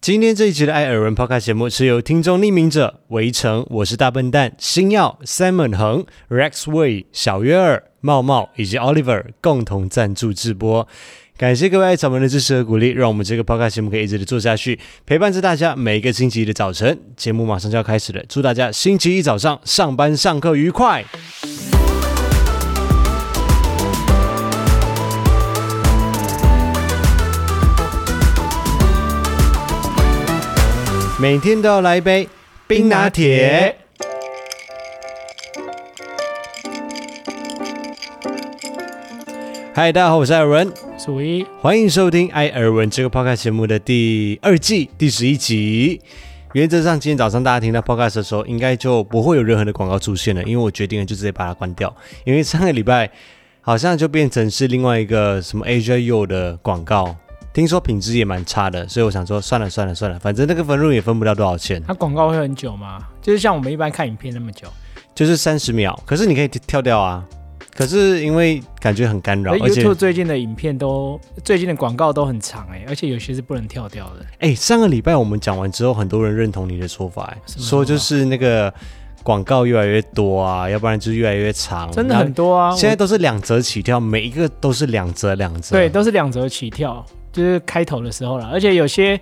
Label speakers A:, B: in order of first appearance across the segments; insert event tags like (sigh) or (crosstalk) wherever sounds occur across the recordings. A: 今天这一集的艾尔文 Podcast 节目是由听众匿名者围城，我是大笨蛋，星耀 Simon 恒 Rex Wei 小约尔茂茂以及 Oliver 共同赞助直播。感谢各位爱草们的支持和鼓励，让我们这个 podcast 节目可以一直的做下去，陪伴着大家每一个星期一的早晨。节目马上就要开始了，祝大家星期一早上上班上课愉快。每天都要来一杯冰拿铁。嗨，大家好，我是艾尔文，
B: 属于
A: 欢迎收听《艾尔文》这个 podcast 节目的第二季第十一集。原则上，今天早上大家听到 podcast 的时候，应该就不会有任何的广告出现了，因为我决定了就直接把它关掉。因为上个礼拜好像就变成是另外一个什么 Asia U 的广告，听说品质也蛮差的，所以我想说算了算了算了，反正那个分润也分不到多少钱，
B: 它广告会很久吗？就是像我们一般看影片那么久，
A: 就是三十秒。可是你可以跳掉啊，可是因为感觉很干扰，
B: 而
A: 而且
B: 哎 YouTube 最近的影片都最近的广告都很长哎、而且有些是不能跳掉的。
A: 哎、上个礼拜我们讲完之后，很多人认同你的说法、哎，
B: 什么
A: 说就是那个广告越来越多啊，要不然就越来越长，
B: 真的很多
A: 然
B: 啊。
A: 后。现在
B: 我
A: 都是两折起跳，每一个都是两折两折。
B: 对，都是两折起跳，就是开头的时候啦。而且有些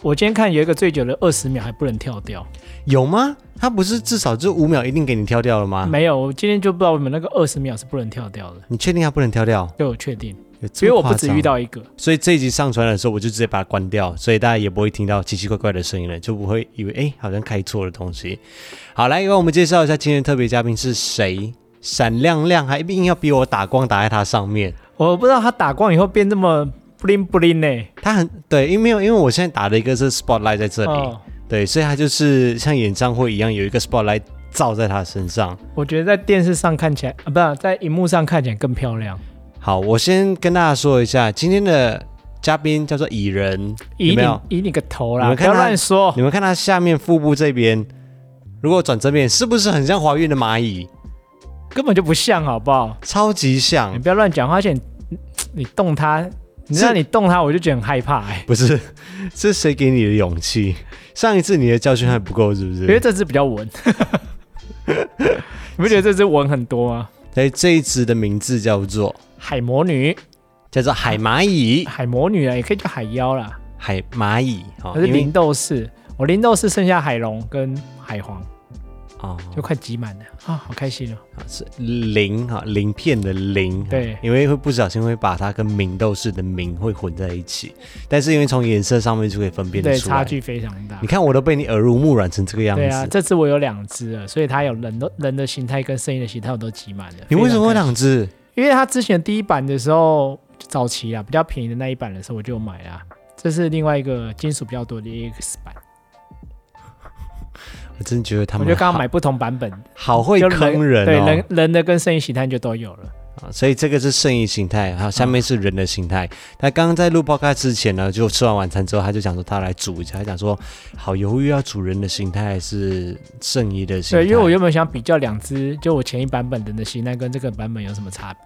B: 我今天看有一个最久的二十秒还不能跳掉，
A: 有吗？他不是至少就五秒一定给你跳掉了吗？
B: 没有，我今天就不知道为什么那个二十秒是不能跳掉的，
A: 你确定他不能跳掉？
B: 对我确定，
A: 有这
B: 因
A: 么
B: 为我不
A: 夸
B: 止
A: 张
B: 遇，到一个。
A: 所以这一集上传的时候，我就直接把它关掉，所以大家也不会听到奇奇怪怪的声音了，就不会以为哎、好像开错了东西。好，来，让我们介绍一下今天的特别嘉宾是谁。闪亮亮还硬要逼我打光打在他上面。
B: 我不知道他打光以后变这么 bling bling 欸呢、
A: 他很对，因为没有，因为我现在打的一个是 spotlight 在这里，
B: 哦，
A: 对，所以他就是像演唱会一样有一个 spotlight 照在他身上。
B: 我觉得在电视上看起来啊，不是在荧幕上看起来更漂亮。
A: 好，我先跟大家说一下，今天的嘉宾叫做蚁人，有
B: 以
A: 没有
B: 你？以你个头
A: 你
B: 啦！
A: 们
B: 不
A: 看
B: 要
A: 他
B: 乱说。
A: 你们看他下面腹部这边，如果转正面，是不是很像怀孕的蚂蚁？
B: 根本就不像，好不好？
A: 超级像
B: 你，不要乱讲话，而且你你动它，
A: 嗯
B: 你
A: 是
B: 让你动它，我就觉得很害怕、哎，
A: 不是？ (laughs) 是谁给你的勇气？上一次你的教训还不够，是不
B: 因为
A: 是？
B: 这只比较
A: (laughs)
B: 稳。你不觉得这只纹很多吗？
A: 所以这一只的名字叫做
B: 海魔女，
A: 叫做海蚂蚁，
B: 海魔女啊，也可以叫海妖啦，
A: 海蚂蚁哦，
B: 可是
A: 因为
B: 灵斗士，我灵斗士剩下海龙跟海皇，
A: 哦，
B: 就快挤满了啊，好开心哦！
A: 啊，是鳞哈，鳞片的鳞，
B: 对
A: 因为会不小心会把它跟明斗士的明会混在一起，但是因为从颜色上面就可以分辨
B: 对，
A: 得出
B: 差
A: 来。
B: 距非常大
A: 你。看我都被你耳濡目染成这个样
B: 对啊，
A: 子，
B: 这只我有两只了，所以它有人的人的形态跟声音的形态我都挤满了。
A: 你为什么
B: 非常开
A: 会
B: 心
A: 两只？
B: 因为它之前第一版的时候，早期啊比较便宜的那一版的时候我就有买啦。这是另外一个金属比较多的 AX 版，
A: 我真觉得他
B: 我
A: 们
B: 就刚刚
A: 好
B: 买不同版本，
A: 好会
B: 就
A: 坑人
B: 对
A: 哦
B: 人人的跟声音形态就都有了。
A: 啊，所以这个是圣意形态，还有下面是人的形
B: 啊
A: 态。他刚刚在录 podcast 之前呢，就吃完晚餐之后，他就想说他来煮一下，他讲说好犹豫要煮人的形态还是圣意的形态。
B: 对，因为我原本想比较两只，就我前一版本的的形态跟这个版本有什么差别。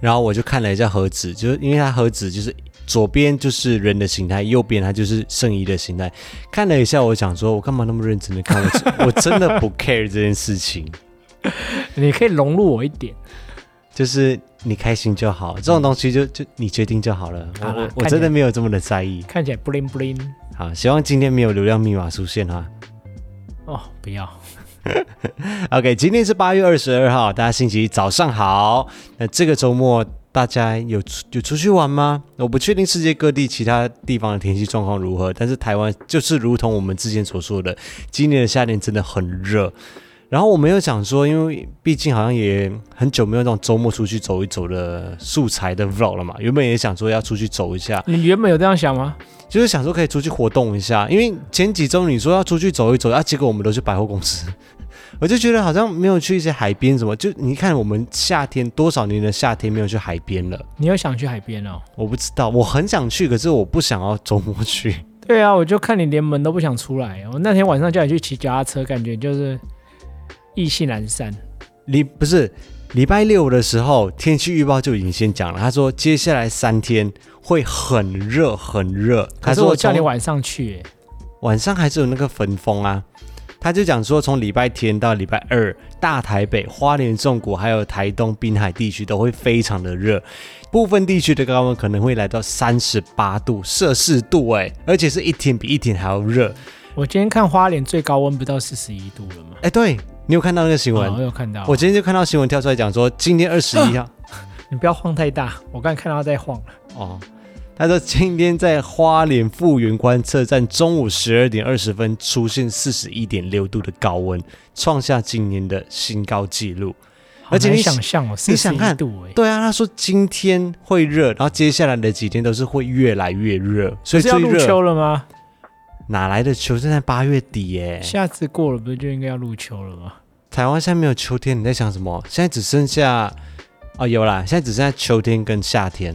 A: 然后我就看了一下盒子，就是因为它盒子就是左边就是人的形态，右边它就是圣衣的形态。看了一下，我想说，我干嘛那么认真的看？我我真的不 care 这件事情，
B: 你可以融入我一点，
A: 就是你开心就好，这种东西就就你决定就好了。我
B: 嗯好啦
A: 我
B: 看
A: 我
B: 你
A: 真的没有这么的在意。
B: 看起来 bling bling
A: 好，希望今天没有流量密码出现哈。
B: 哦，不要。
A: OK，今天是八月二十二号，大家星期一早上好。那这个周末大家有出有出去玩吗？我不确定世界各地其他地方的天气状况如何，但是台湾就是如同我们之前所说的，今年的夏天真的很热。然后我没有想说，因为毕竟好像也很久没有那种周末出去走一走的素材的 vlog 了嘛。原本也想说要出去走一下，
B: 你原本有这样想吗？
A: 就是想说可以出去活动一下，因为前几周你说要出去走一走啊，结果我们都去百货公司， (laughs) 我就觉得好像没有去一些海边什么，就你看我们夏天多少年的夏天没有去海边了，
B: 你有想去海边哦？
A: 我不知道，我很想去，可是我不想要周末去， (laughs)
B: 对啊，我就看你连门都不想出来。我那天晚上叫你去骑脚踏车，感觉就是意兴阑珊。
A: 礼不是礼拜六的时候天气预报就已经先讲了，他说接下来三天会很热很热，
B: 可
A: 他
B: 是
A: 说
B: 我叫你
A: 从
B: 晚上去、欸
A: 晚上还是有那个焚风啊。他就讲说，从礼拜天到礼拜二，大台北、花莲、纵谷还有台东滨海地区都会非常的热，部分地区的高温可能会来到三十八度摄氏度，哎，而且是一天比一天还要热。
B: 我今天看花莲最高温不到四十一度了吗？
A: 哎，对你有看到那个新闻？
B: 啊我有看到。
A: 我今天就看到新闻跳出来讲说，今天二十一号，
B: 你不要晃太大，我刚才看到它在晃了。
A: 哦，他说今天在花莲复原观测站中午十二点二十分出现四十一点六度的高温，创下今年的新高纪录。而且
B: 好难
A: 你想
B: 想象哦，
A: 你
B: 四十
A: 想看
B: 一度哎，
A: 对啊，他说今天会热，然后接下来的几天都是会越来越热，所以
B: 不是要
A: 最
B: 入
A: 热
B: 秋了吗？
A: 哪来的秋？现在八月底耶，
B: 夏至过了不是就应该要入秋了吗？
A: 台湾现在没有秋天，你在想什么？现在只剩下哦，有啦，现在只剩下秋天跟夏天，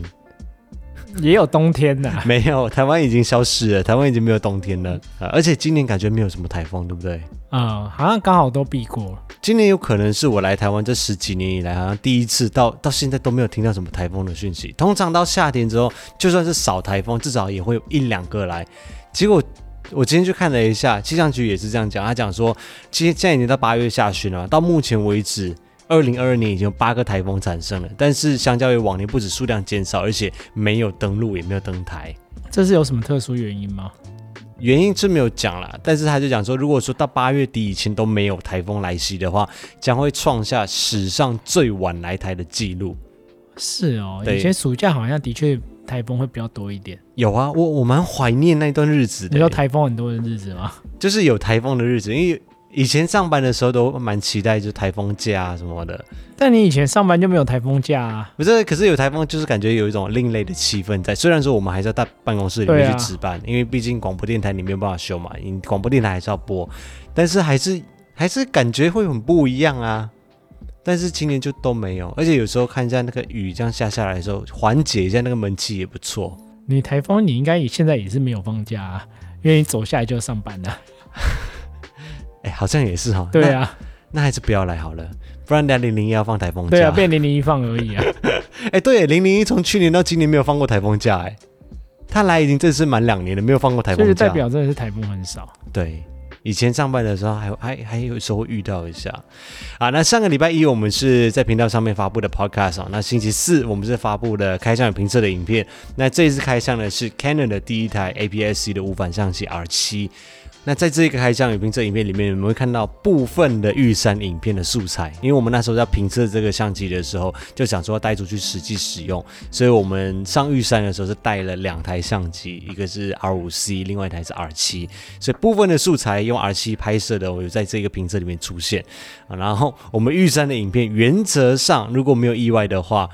B: 也有冬天啊
A: (laughs)
B: 呐、
A: 没有，台湾已经消失了，台湾已经没有冬天了，呃而且今年感觉没有什么台风，对不对？
B: 嗯，好像刚好都避过了。
A: 今年有可能是我来台湾这十几年以来，好像第一次到到现在都没有听到什么台风的讯息。通常到夏天之后，就算是少台风，至少也会有一两个来。结果我今天去看了一下，气象局也是这样讲，他讲说，其实现在已经到八月下旬了，到目前为止。二零二二年已经有八个台风产生了，但是相较于往年，不止数量减少，而且没有登陆，也没有登台。
B: 这是有什么特殊原因吗？
A: 原因是没有讲啦，但是他就讲说，如果说到八月底以前都没有台风来袭的话，将会创下史上最晚来台的记录。
B: 是哦，
A: 对
B: 以前暑假好像的确台风会比较多一点。
A: 有啊，我我蛮怀念那段日子
B: 你
A: 的、
B: 说台风很多的日子吗？
A: 就是有台风的日子，因为以前上班的时候都蛮期待就台风假啊什么的。
B: 但你以前上班就没有台风假啊？
A: 不是，可是有台风就是感觉有一种另类的气氛在。虽然说我们还是要到办公室里
B: 对
A: 面
B: 啊
A: 去值班，因为毕竟广播电台你没有办法休嘛，你广播电台还是要播，但是还是还是感觉会很不一样啊。但是今年就都没有，而且有时候看一下那个雨这样下下来的时候，缓解一下那个闷气也不错。
B: 你台风你应该也现在也是没有放假啊，因为你走下来就要上班
A: 啊
B: 了。
A: 哎，好像也是哈、哦。
B: 对啊，
A: 那，那还是不要来好了，不然两零零一要放台风假。
B: 对啊，变零零一放而
A: (laughs)
B: 已啊。
A: 哎，对，零零一从去年到今年没有放过台风假，哎，他来已经正式满两年了，没有放过台
B: 所
A: 风
B: 以就
A: 假。
B: 代表真的是台风很少。
A: 对，以前上班的时候还还还有时候会遇到一下啊。那上个礼拜一我们是在频道上面发布的 podcast 哦，那星期四我们是发布了开箱与评测的影片。那这一次开箱呢是 Canon 的第一台 APS-C 的无反相机 R 7那在这个开箱与评测影片里面，你们会看到部分的玉山影片的素材，因为我们那时候在评测这个相机的时候，就想说要带出去实际使用，所以我们上玉山的时候是带了两台相机，一个是 R 5 C，另外一台是 R 7所以部分的素材用 R 7拍摄的，我有在这个评测里面出现啊。然后我们玉山的影片，原则上如果没有意外的话，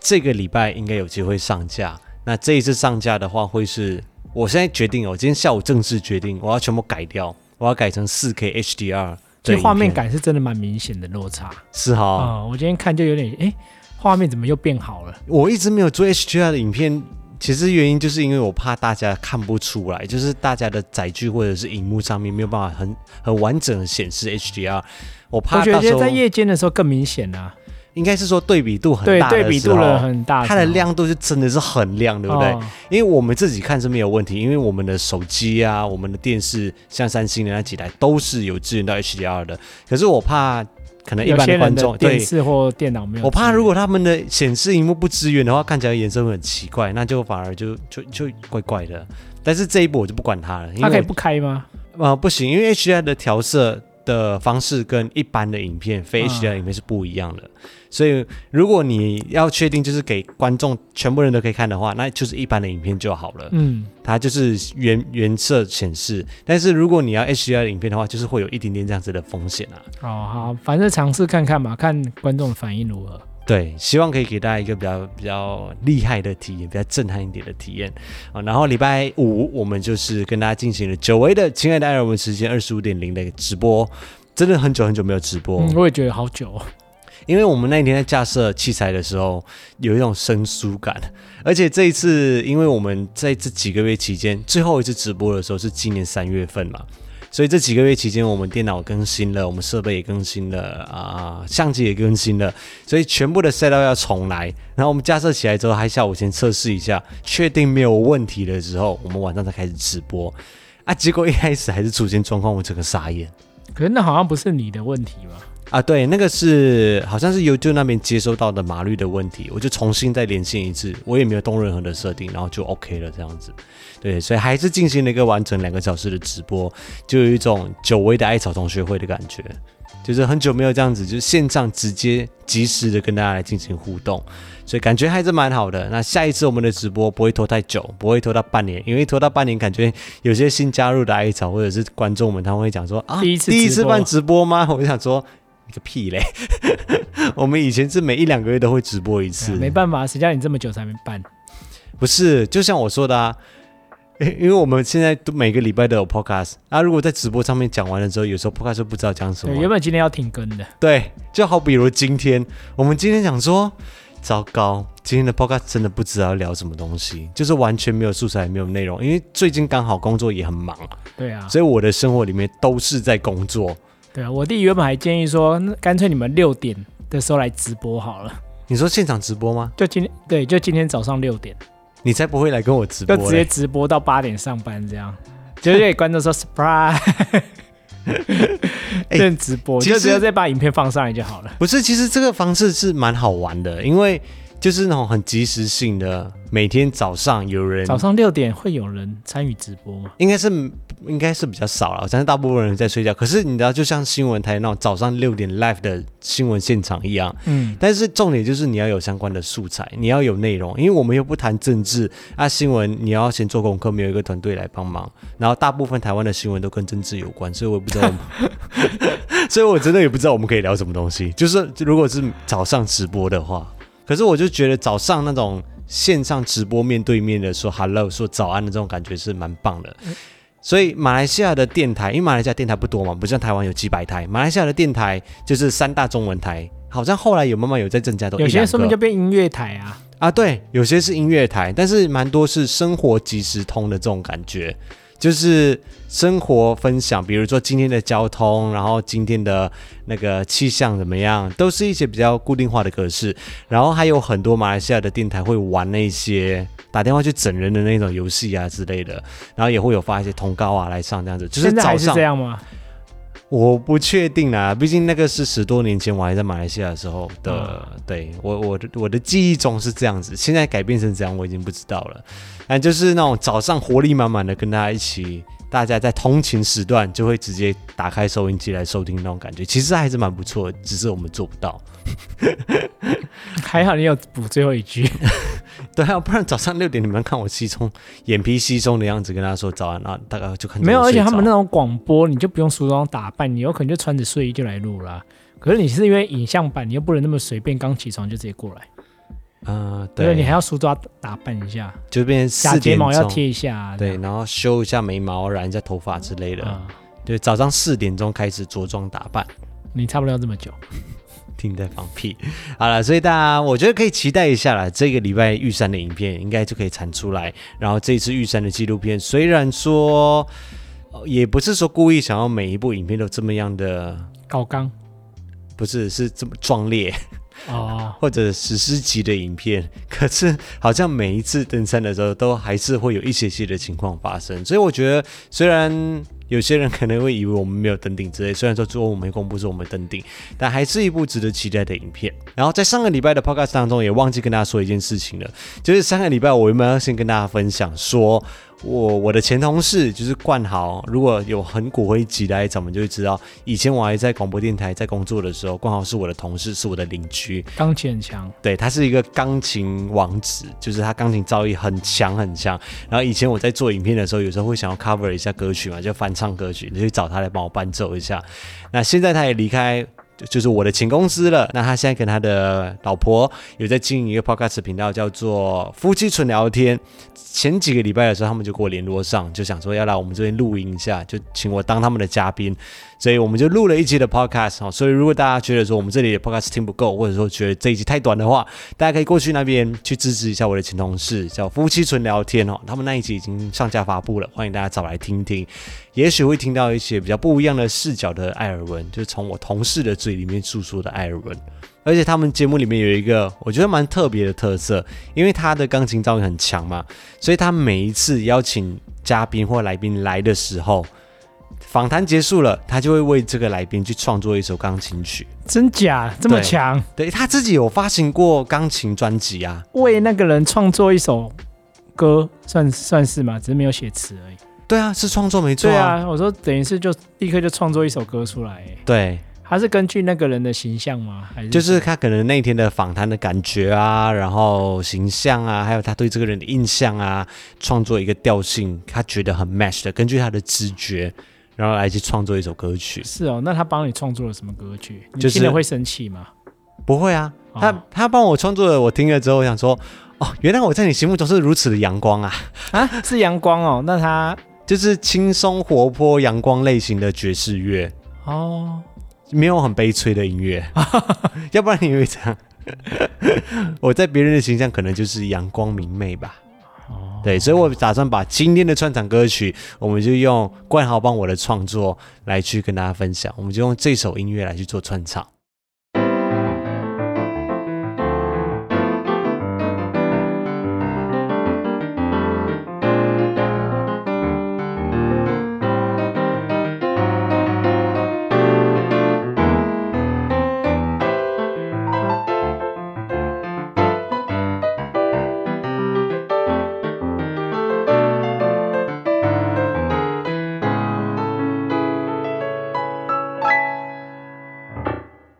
A: 这个礼拜应该有机会上架。那这一次上架的话，会是我现在决定哦，我今天下午正式决定，我要全部改掉，我要改成 4K HDR
B: 其
A: 的影片。
B: 实画面感是真的蛮明显的落差
A: 是哈、
B: 啊、我今天看就有点，哎，画面怎么又变好了？
A: 我一直没有做 HDR 的影片，其实原因就是因为我怕大家看不出来，就是大家的载具或者是荧幕上面没有办法很很完整的显示 HDR，我怕
B: 我觉
A: 到时
B: 得
A: 候
B: 在夜间的时候更明显啊，
A: 应该是说对比度很
B: 对，
A: 大的
B: 对
A: 时候，
B: 比度了很大时候，
A: 它的亮度就真的是很亮，对不对？
B: 哦
A: 因为我们自己看是没有问题，因为我们的手机啊、我们的电视，像三星的那几台都是有支援到 HDR 的。可是我怕可能一
B: 有
A: 般
B: 些
A: 观
B: 人
A: 众
B: 的
A: 对
B: 电视或电脑没有支援，
A: 我怕如果他们的显示荧幕不支援的话，看起来颜色会很奇怪，那就反而就就就怪怪的。但是这一步我就不管它了，因
B: 它可以
A: 为
B: 不开吗？
A: 啊、呃不行，因为 HDR 的调色的方式跟一般的影片、非
B: 嗯
A: HDR 的影片是不一样的，所以如果你要确定就是给观众全部人都可以看的话，那就是一般的影片就好了，
B: 嗯，
A: 它就是原原色显示。但是如果你要 HDR 的影片的话，就是会有一点点这样子的风险啊。
B: 哦好，反正尝试看看嘛，看观众的反应如何。
A: 对，希望可以给大家一个比较比较厉害的体验，比较震撼一点的体验啊。然后礼拜五我们就是跟大家进行了久违的“亲爱的爱人们”时间二十五点零的一个直播，真的很久很久没有直播，
B: 嗯，我也觉得好久哦、
A: 因为我们那一天在架设器材的时候有一种生疏感，而且这一次因为我们在这几个月期间最后一次直播的时候是今年三月份嘛。所以这几个月期间，我们电脑更新了，我们设备也更新了啊、相机也更新了，所以全部的 set up 要重来。然后我们架设起来之后，还下午先测试一下，确定没有问题的时候，我们晚上再开始直播。啊，结果一开始还是出现状况，我整个傻眼
B: 可是那好像不是你的问题嘛？
A: 啊！对，那个是好像是 YouTube 那边接收到的码率的问题，我就重新再连线一次，我也没有动任何的设定，然后就 OK 了这样子。对，所以还是进行了一个完整两个小时的直播，就有一种久违的艾草同学会的感觉，就是很久没有这样子，就是线上直接及时的跟大家来进行互动，所以感觉还是蛮好的。那下一次我们的直播不会拖太久，不会拖到半年，因为拖到半年感觉有些新加入的艾草或者是观众们，他们会讲说啊，
B: 第一次
A: 第一
B: 直
A: 次
B: 播
A: 办直播吗？ (laughs) 我就想说。你个屁嘞！ (laughs) 我们以前是每一两个月都会直播一次，
B: 啊没办法，谁叫你这么久才没办？
A: 不是，就像我说的啊，因因为我们现在都每个礼拜都有 podcast 啊，如果在直播上面讲完了之后，有时候 podcast 就不知道讲什
B: 对，原
A: 么。
B: 本今天要停更的，
A: 对，就好比如今天，我们今天讲说，糟糕，今天的 podcast 真的不知道聊什么东西，就是完全没有素材，没有内容，因为最近刚好工作也很忙，
B: 对啊，
A: 所以我的生活里面都是在工作。
B: 对啊。我弟原本还建议说，那干脆你们六点的时候来直播好了，
A: 你说现场直播吗？
B: 就今天对，就今天早上六点，
A: 你才不会来跟我直播
B: 就
A: 嘞，
B: 直接直播到八点上班这样，就是给观众说 surprise，
A: (laughs) 哎
B: 任直播，
A: 其
B: 就只
A: 实
B: 要再把影片放上来就好了。
A: 不是，其实这个方式是蛮好玩的，因为就是那种很及时性的，每天早上有人，
B: 早上六点会有人参与直播吗？
A: 应该是应该是比较少了，我相信大部分人在睡觉。可是你知道，就像新闻台那种早上六点 live 的新闻现场一样，
B: 嗯，
A: 但是重点就是你要有相关的素材，你要有内容，因为我们又不谈政治啊，新闻你要先做功课，没有一个团队来帮忙。然后大部分台湾的新闻都跟政治有关，所以我也不知道我们，
B: (laughs)
A: 所以我真的也不知道我们可以聊什么东西。就是如果是早上直播的话，可是我就觉得早上那种线上直播面对面的说 hello 说早安的这种感觉是蛮棒的。
B: 嗯
A: 所以马来西亚的电台，因为马来西亚电台不多嘛，不像台湾有几百台，马来西亚的电台就是三大中文台，好像后来有慢慢有在增加多一
B: 有
A: 两个，
B: 些说明就变音乐台啊，
A: 啊，对，有些是音乐台，但是蛮多是生活即时通的这种感觉，就是生活分享，比如说今天的交通，然后今天的那个气象怎么样，都是一些比较固定化的格式。然后还有很多马来西亚的电台会玩那些打电话去整人的那种游戏啊之类的，然后也会有发一些通告啊来上这样子，就是
B: 现在
A: 早
B: 还是
A: 上
B: 这样吗？
A: 我不确定啦，毕竟那个是十多年前我还在马来西亚的时候的，
B: 嗯
A: 对我我的我的记忆中是这样子，现在改变成这样我已经不知道了。但就是那种早上活力满满的跟大家一起，大家在通勤时段就会直接打开收音机来收听那种感觉，其实还是蛮不错的，只是我们做不到。 (laughs)
B: 还好你有补最后一句，
A: 对啊，不然早上六点你们看我稀松眼皮稀松的样子跟大家说早安啊，大概就看
B: 没有，而且他们
A: 那
B: 那种广播，你就不用梳妆打扮，你有可能就穿着睡衣就来录啦、啊可是你是因为影像版，你又不能那么随便，刚起床就直接过来，
A: 嗯、
B: 对，你
A: 对，
B: 还要梳妆打扮一下，
A: 就变
B: 假
A: 四
B: 睫
A: 点
B: 毛要
A: 钟。
B: 贴一下、啊，
A: 对，然后修一下眉毛，染一下头发之类
B: 这
A: 的。
B: 样啊、
A: 对，早上四点钟开始着装打扮，
B: 你差不多要这么久，
A: 听你在放屁。好了，所以大家我觉得可以期待一下啦，这个礼拜玉山的影片应该就可以产出来。然后这一次玉山的纪录片，虽然说、呃也不是说故意想要每一部影片都这么样的，
B: 搞刚
A: 不是是这么壮烈
B: 哦，
A: 或者史诗级的影片， (laughs) 可是好像每一次登山的时候都还是会有一些些的情况发生。所以我觉得虽然。有些人可能会以为我们没有登顶之类，虽然说最后我们公布说我们登顶，但还是一部值得期待的影片。然后在上个礼拜的 podcast 当中，也忘记跟大家说一件事情了，就是上个礼拜我原本要先跟大家分享说，我我的前同事就是冠豪，如果有很骨灰级的，咱们就会知道，以前我还在广播电台在工作的时候，冠豪是我的同事，是我的邻居，
B: 钢琴很强，
A: 对，他是一个钢琴王子，就是他钢琴造诣很强很强。然后以前我在做影片的时候，有时候会想要 cover 一下歌曲嘛，就翻唱歌曲，就去找他来帮我伴奏一下。那现在他也离开。就就是我的前公司了。那他现在跟他的老婆有在经营一个 podcast 频道，叫做“夫妻纯聊天”。前几个礼拜的时候，他们就跟我联络上，就想说要来我们这边录音一下，就请我当他们的嘉宾。所以我们就录了一集的 podcast 哦。所以如果大家觉得说我们这里的 podcast 听不够，或者说觉得这一集太短的话，大家可以过去那边去支持一下我的前同事，叫夫妻纯聊天哦。他们那一集已经上架发布了，欢迎大家找来听听。也许会听到一些比较不一样的视角的艾尔文，就是从我同事的嘴里面诉说的艾尔文。而且他们节目里面有一个我觉得蛮特别的特色，因为他的钢琴造诣很强嘛，所以他每一次邀请嘉宾或来宾来的时候，访谈结束了，他就会为这个来宾去创作一首钢琴曲。
B: 真假这么
A: 对
B: 强？
A: 对他自己有发行过钢琴专辑啊，
B: 为那个人创作一首歌，算算是吗？只是没有写词而已。
A: 对啊，是创作没错
B: 对
A: 啊，
B: 啊，我说等于是就立刻就创作一首歌出来、欸，
A: 对，
B: 他是根据那个人的形象吗？还是
A: 就是他可能那天的访谈的感觉啊，然后形象啊，还有他对这个人的印象啊，创作一个调性，他觉得很 match 的，根据他的直觉，然后来去创作一首歌曲。
B: 是哦？那他帮你创作了什么歌曲？你
A: 就是
B: 听了会生气吗？
A: 不会啊，
B: 哦
A: 他、他帮我创作了，我听了之后我想说，哦，原来我在你心目中是如此的阳光啊，
B: 啊，是阳光哦。那他
A: 就是轻松活泼、阳光类型的爵士乐，
B: 哦，
A: 没有很悲催的音乐，要不然你会这样。 (laughs) 我在别人的形象可能就是阳光明媚吧。
B: 哦
A: 对，所以我打算把今天的串场歌曲，我们就用冠豪帮我的创作来去跟大家分享，我们就用这首音乐来去做串场。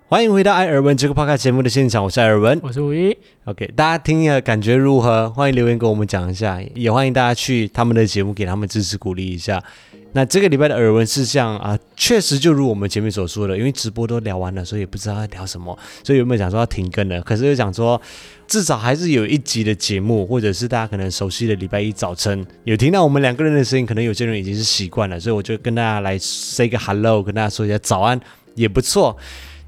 A: 欢迎回到艾尔文这个 podcast 节目的现场，我是艾尔文。
B: 我是五一，
A: OK，大家听了感觉如何？欢迎留言跟我们讲一下，也欢迎大家去他们的节目给他们支持鼓励一下。那这个礼拜的耳闻事项啊，确实就如我们前面所说的，因为直播都聊完了，所以也不知道要聊什么，所以原本想说要停更的，可是又想说至少还是有一集的节目，或者是大家可能熟悉的礼拜一早晨有听到我们两个人的声音，可能有些人已经是习惯了，所以我就跟大家来 say 个 hello，跟大家说一下早安也不错。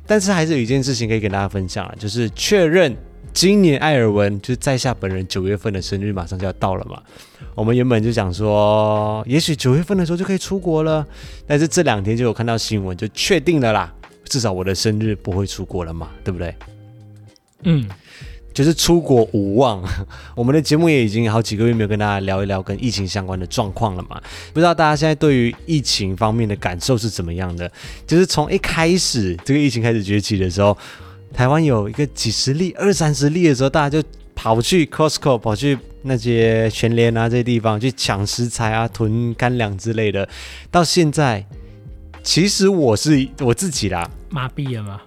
A: 但是还是有一件事情可以跟大家分享了，就是确认今年艾尔文就是在下本人九月份的生日马上就要到了嘛，我们原本就想说，也许九月份的时候就可以出国了，但是这两天就有看到新闻，就确定了啦，至少我的生日不会出国了嘛，对不对？
B: 嗯，
A: 就是出国无望。 (laughs) 我们的节目也已经好几个月没有跟大家聊一聊跟疫情相关的状况了嘛，不知道大家现在对于疫情方面的感受是怎么样的？就是从一开始这个疫情开始崛起的时候，台湾有一个几十例、二三十例的时候，大家就跑去 Costco，跑去那些全联啊这些地方去抢食材啊、囤干粮之类的。到现在，其实我是我自己啦，
B: 麻痹了吗？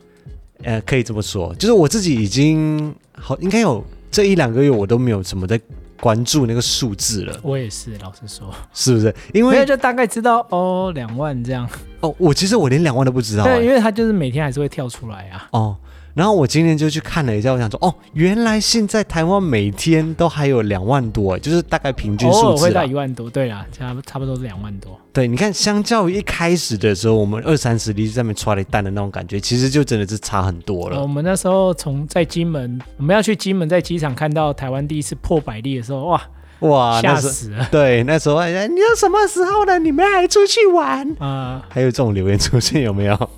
A: 呃，可以这么说，就是我自己已经好，应该有这一两个月我都没有什么在关注那个数字了，
B: 我也是，老实说，
A: 是不是？因
B: 没有
A: 为
B: 就大概知道哦，两万这样。
A: 哦，我其实我连两万都不知道、
B: 对，因
A: 欸、
B: 为他就是每天还是会跳出来啊。
A: 哦。然后我今天就去看了一下，我想说，哦，原来现在台湾每天都还有两万多，欸就是大概平均
B: 偶
A: 数啊
B: 尔
A: 字
B: 会到
A: 啦
B: 一。万多，对啦，差不差不多是两万多。
A: 对，你看，相较于一开始的时候，我们二三十例在那边抓了一蛋的那种感觉，其实就真的是差很多
B: 呃
A: 了。
B: 我们那时候从在金门，我们要去金门，在机场看到台湾第一次破百例的时候，哇，
A: 哇，啊
B: 吓
A: 那时候
B: 死了！
A: 对那时候还在，你有什么时候呢？你们还出去玩？
B: 啊、
A: 还有这种留言出现有没有？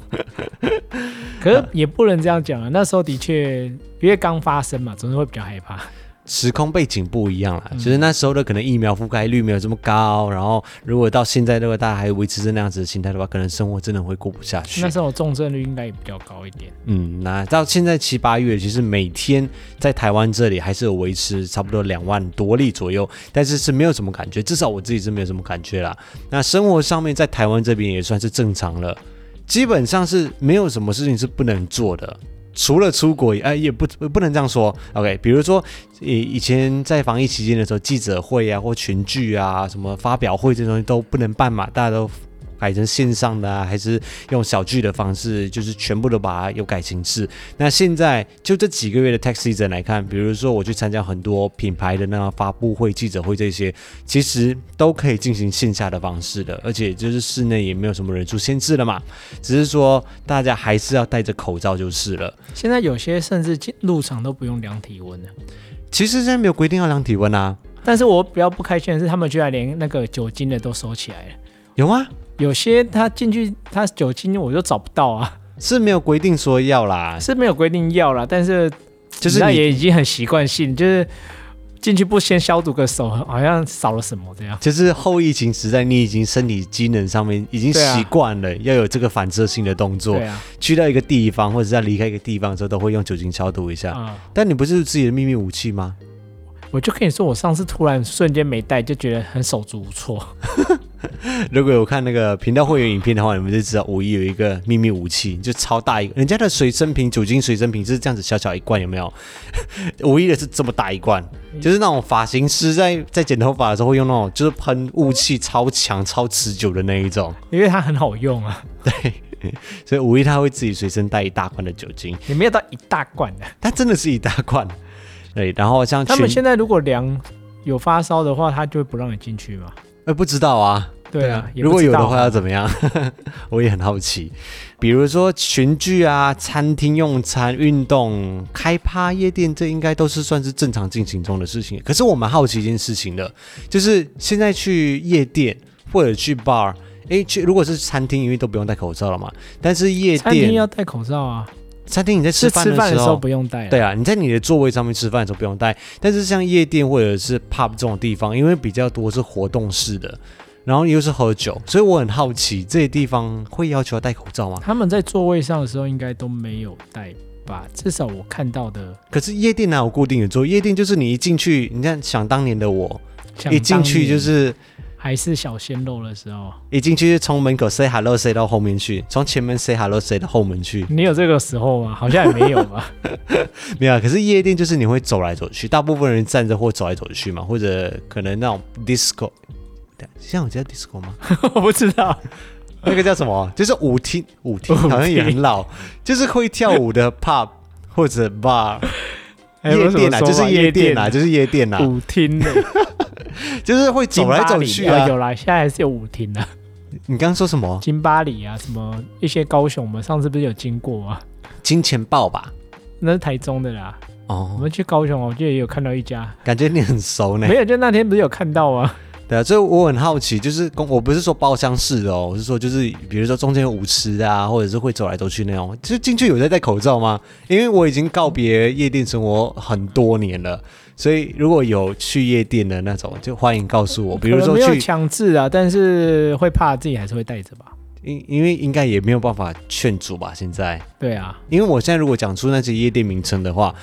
B: 可是也不能这样讲啊。那时候的确，因为刚发生嘛，总是会比较害怕。
A: (laughs) 时空背景不一样啦，
B: 嗯
A: 其实那时候的可能疫苗覆盖率没有这么高，然后如果到现在如果大家还维持着那样子的心态的话，可能生活真的会过不下去
B: 那。时候重症率应该也比较高一点。
A: 嗯，那到现在七八月，其实每天在台湾这里还是有维持差不多两万多例左右，但是是没有什么感觉，至少我自己是没有什么感觉啦。那生活上面在台湾这边也算是正常了，基本上是没有什么事情是不能做的。除了出国以，哎、也不不能这样说。OK，比如说以以前在防疫期间的时候，记者会啊，或群聚啊，什么发表会这东西都不能办嘛，大家都改成线上的啊，还是用小聚的方式，就是全部都把它有改形式。那现在就这几个月的 tax season 来看，比如说我去参加很多品牌的那个发布会、记者会这些，其实都可以进行线下的方式的，而且就是室内也没有什么人数限制了嘛，只是说大家还是要戴着口罩就是了。
B: 现在有些甚至进入场都不用量体温了。
A: 其实现在没有规定要量体温啊，
B: 但是我比较不开心的是，他们居然连那个酒精的都收起来了。
A: 有吗？啊
B: 有些它进去它酒精我就找不到啊，
A: 是没有规定说要啦，
B: 是没有规定要啦，但是
A: 就是
B: 那
A: 你
B: 也已经很习惯性，就是进去不先消毒个手，好像少了什么这样。
A: 就是后疫情时代，你已经身体机能上面已经
B: 对啊
A: 习惯了、要有这个反射性的动作
B: 对。啊，
A: 去到一个地方或者在离开一个地方的时候，都会用酒精消毒一下。
B: 啊、
A: 但你不是有自己的秘密武器吗？ (laughs)
B: 我就跟你说，我上次突然瞬间没带，就觉得很手足无措。
A: 如果有看那个频道会员影片的话，你们就知道五一有一个秘密武器，就超大一个，人家的随身瓶酒精随身瓶是这样子小小一罐，有没 (laughs) 有？五一的是这么大一罐，
B: 嗯
A: 就是那种发型师在在剪头发的时候会用那种就是喷雾气超强超持久的那一种，
B: 因为它很好用啊，
A: 所以五一他会自己随身带一大罐的酒精，
B: 也没有到一大罐的、
A: 它真的是一大罐。对，然后像
B: 他们
A: 群
B: 现在如果量有发烧的话，他就会不让你进去嘛。
A: 呃不知道啊，
B: 对啊，也
A: 如
B: 不
A: 果
B: 知
A: 有的
B: 道
A: 话要怎么样？ (laughs) 我也很好奇。比如说群聚啊、餐厅用餐、运动、开趴、夜店，这应该都是算是正常进行中的事情。可是我蛮好奇一件事情的，就是现在去夜店或者去 bar，诶，去如果是餐厅，因为都不用戴口罩了嘛。但是夜
B: 餐厅
A: 店，
B: 要戴口罩啊，
A: 餐厅你在吃
B: 是
A: 饭
B: 吃
A: 的
B: 饭
A: 时
B: 的时
A: 候
B: 候不用戴啊。
A: 对啊，你在你的座位上面吃饭的时候不用戴，但是像夜店或者是 pub 这种地方，因为比较多是活动式的，然后又是喝酒，所以我很好奇这些地方会要求要戴口罩吗？
B: 他们在座位上的时候应该都没有戴吧？至少我看到的，
A: 可是夜店哪有固定的座？夜店就是你一进去，你看想当年的我，
B: 像
A: 一进去就
B: 当年
A: 是
B: 还是小鲜肉的时候，
A: 一进去就从门口 say hello say 到后面去，从前门 say hello say 到后门去， (laughs)
B: 你有这个时候啊吗？好像也没有吧。
A: 没有啊。可是夜店就是你会走来走去，大部分人站着或走来走去嘛，或者可能那种 disco，等一下 (laughs) 现在我叫 disco 吗？
B: 我不知道，
A: 那个叫什么？就是舞厅，舞厅
B: (laughs) 舞厅
A: 好像也很老，就是会跳舞的 pub 或者 bar。
B: 哎
A: 夜
B: 我怎么
A: 店啊，
B: 说
A: 就是
B: 嘛
A: 夜
B: 夜
A: 店
B: 店
A: 啊，就是夜店啊，
B: 舞厅的
A: 就是会 (laughs) 走来走去
B: 金巴哎
A: 啊
B: 黎。有啦，现在还是有舞厅的、
A: 你刚刚说什么？
B: 金巴里啊，什么一些高雄，我们上次不是有经过吗？
A: 金钱豹吧？
B: 那是台中的啦，我
A: 哦，
B: 们去高雄，我记得也有看到一家，
A: 感觉你很熟呢
B: 嗯没。有，就那天不是有看到吗？
A: 对啊，所以我很好奇，就是公我不是说包厢式的哦，我是说就是比如说中间有舞池啊，或者是会走来走去那种，就是进去有在戴口罩吗？因为我已经告别夜店生活很多年了，所以如果有去夜店的那种，就欢迎告诉我。比如
B: 可能
A: 说
B: 没有
A: 去
B: 强制啊，但是会怕自己还是会带着吧。
A: 因因为应该也没有办法劝阻吧，现在，
B: 对啊，
A: 因为我现在如果讲出那些夜店名称的话，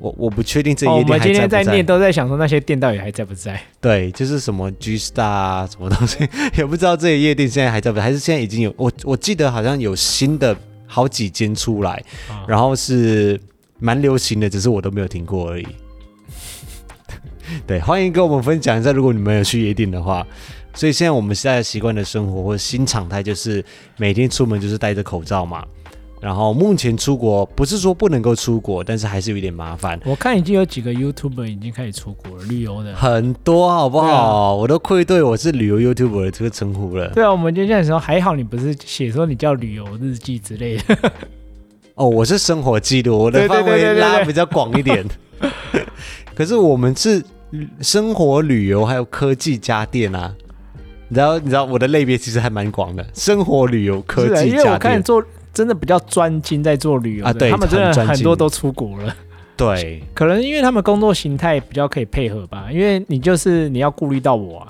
A: 我我不确定这
B: 哦，我
A: 夜
B: 们
A: 店
B: 今
A: 还在
B: 天
A: 不在。
B: 念都在想说那些店到底还在不在？
A: 对，就是什么 G Star 啊，什么东西， (laughs) 也不知道这些夜店现在还在不在，还是现在已经有我我记得好像有新的好几间出来，
B: 啊
A: 然后是蛮流行的，只是我都没有听过而已。 (laughs) 对，欢迎跟我们分享一下，如果你们有去夜店的话。所以现在我们现在习惯的生活或新常态就是每天出门就是戴着口罩嘛。然后目前出国不是说不能够出国，但是还是有一点麻烦，
B: 我看已经有几个 YouTuber 已经开始出国了旅游的。
A: 很多好不
B: 对啊
A: 好？我都愧对我是旅游 YouTuber 的这个称呼了。
B: 对啊，我们就这样说，还好你不是写说你叫旅游日记之类的，
A: 哦，我是生活记录，我的
B: 对对
A: 范
B: 对
A: 围
B: 对对
A: 拉
B: 对
A: 比较广一
B: (laughs)
A: 点。可是我们是生活、旅游还有科技家电啊。你知道，你知道我的类别其实还蛮广的，生活、旅游、科
B: (laughs) 是啊
A: 技
B: 因为
A: 家
B: 我看
A: 电。
B: 做真的比较专精在做旅游的
A: 啊对
B: 他们真
A: 很
B: 的
A: 专精
B: 很多都出国了，
A: 对，
B: 可能因为他们工作形态比较可以配合吧，因为你就是你要顾虑到我啊，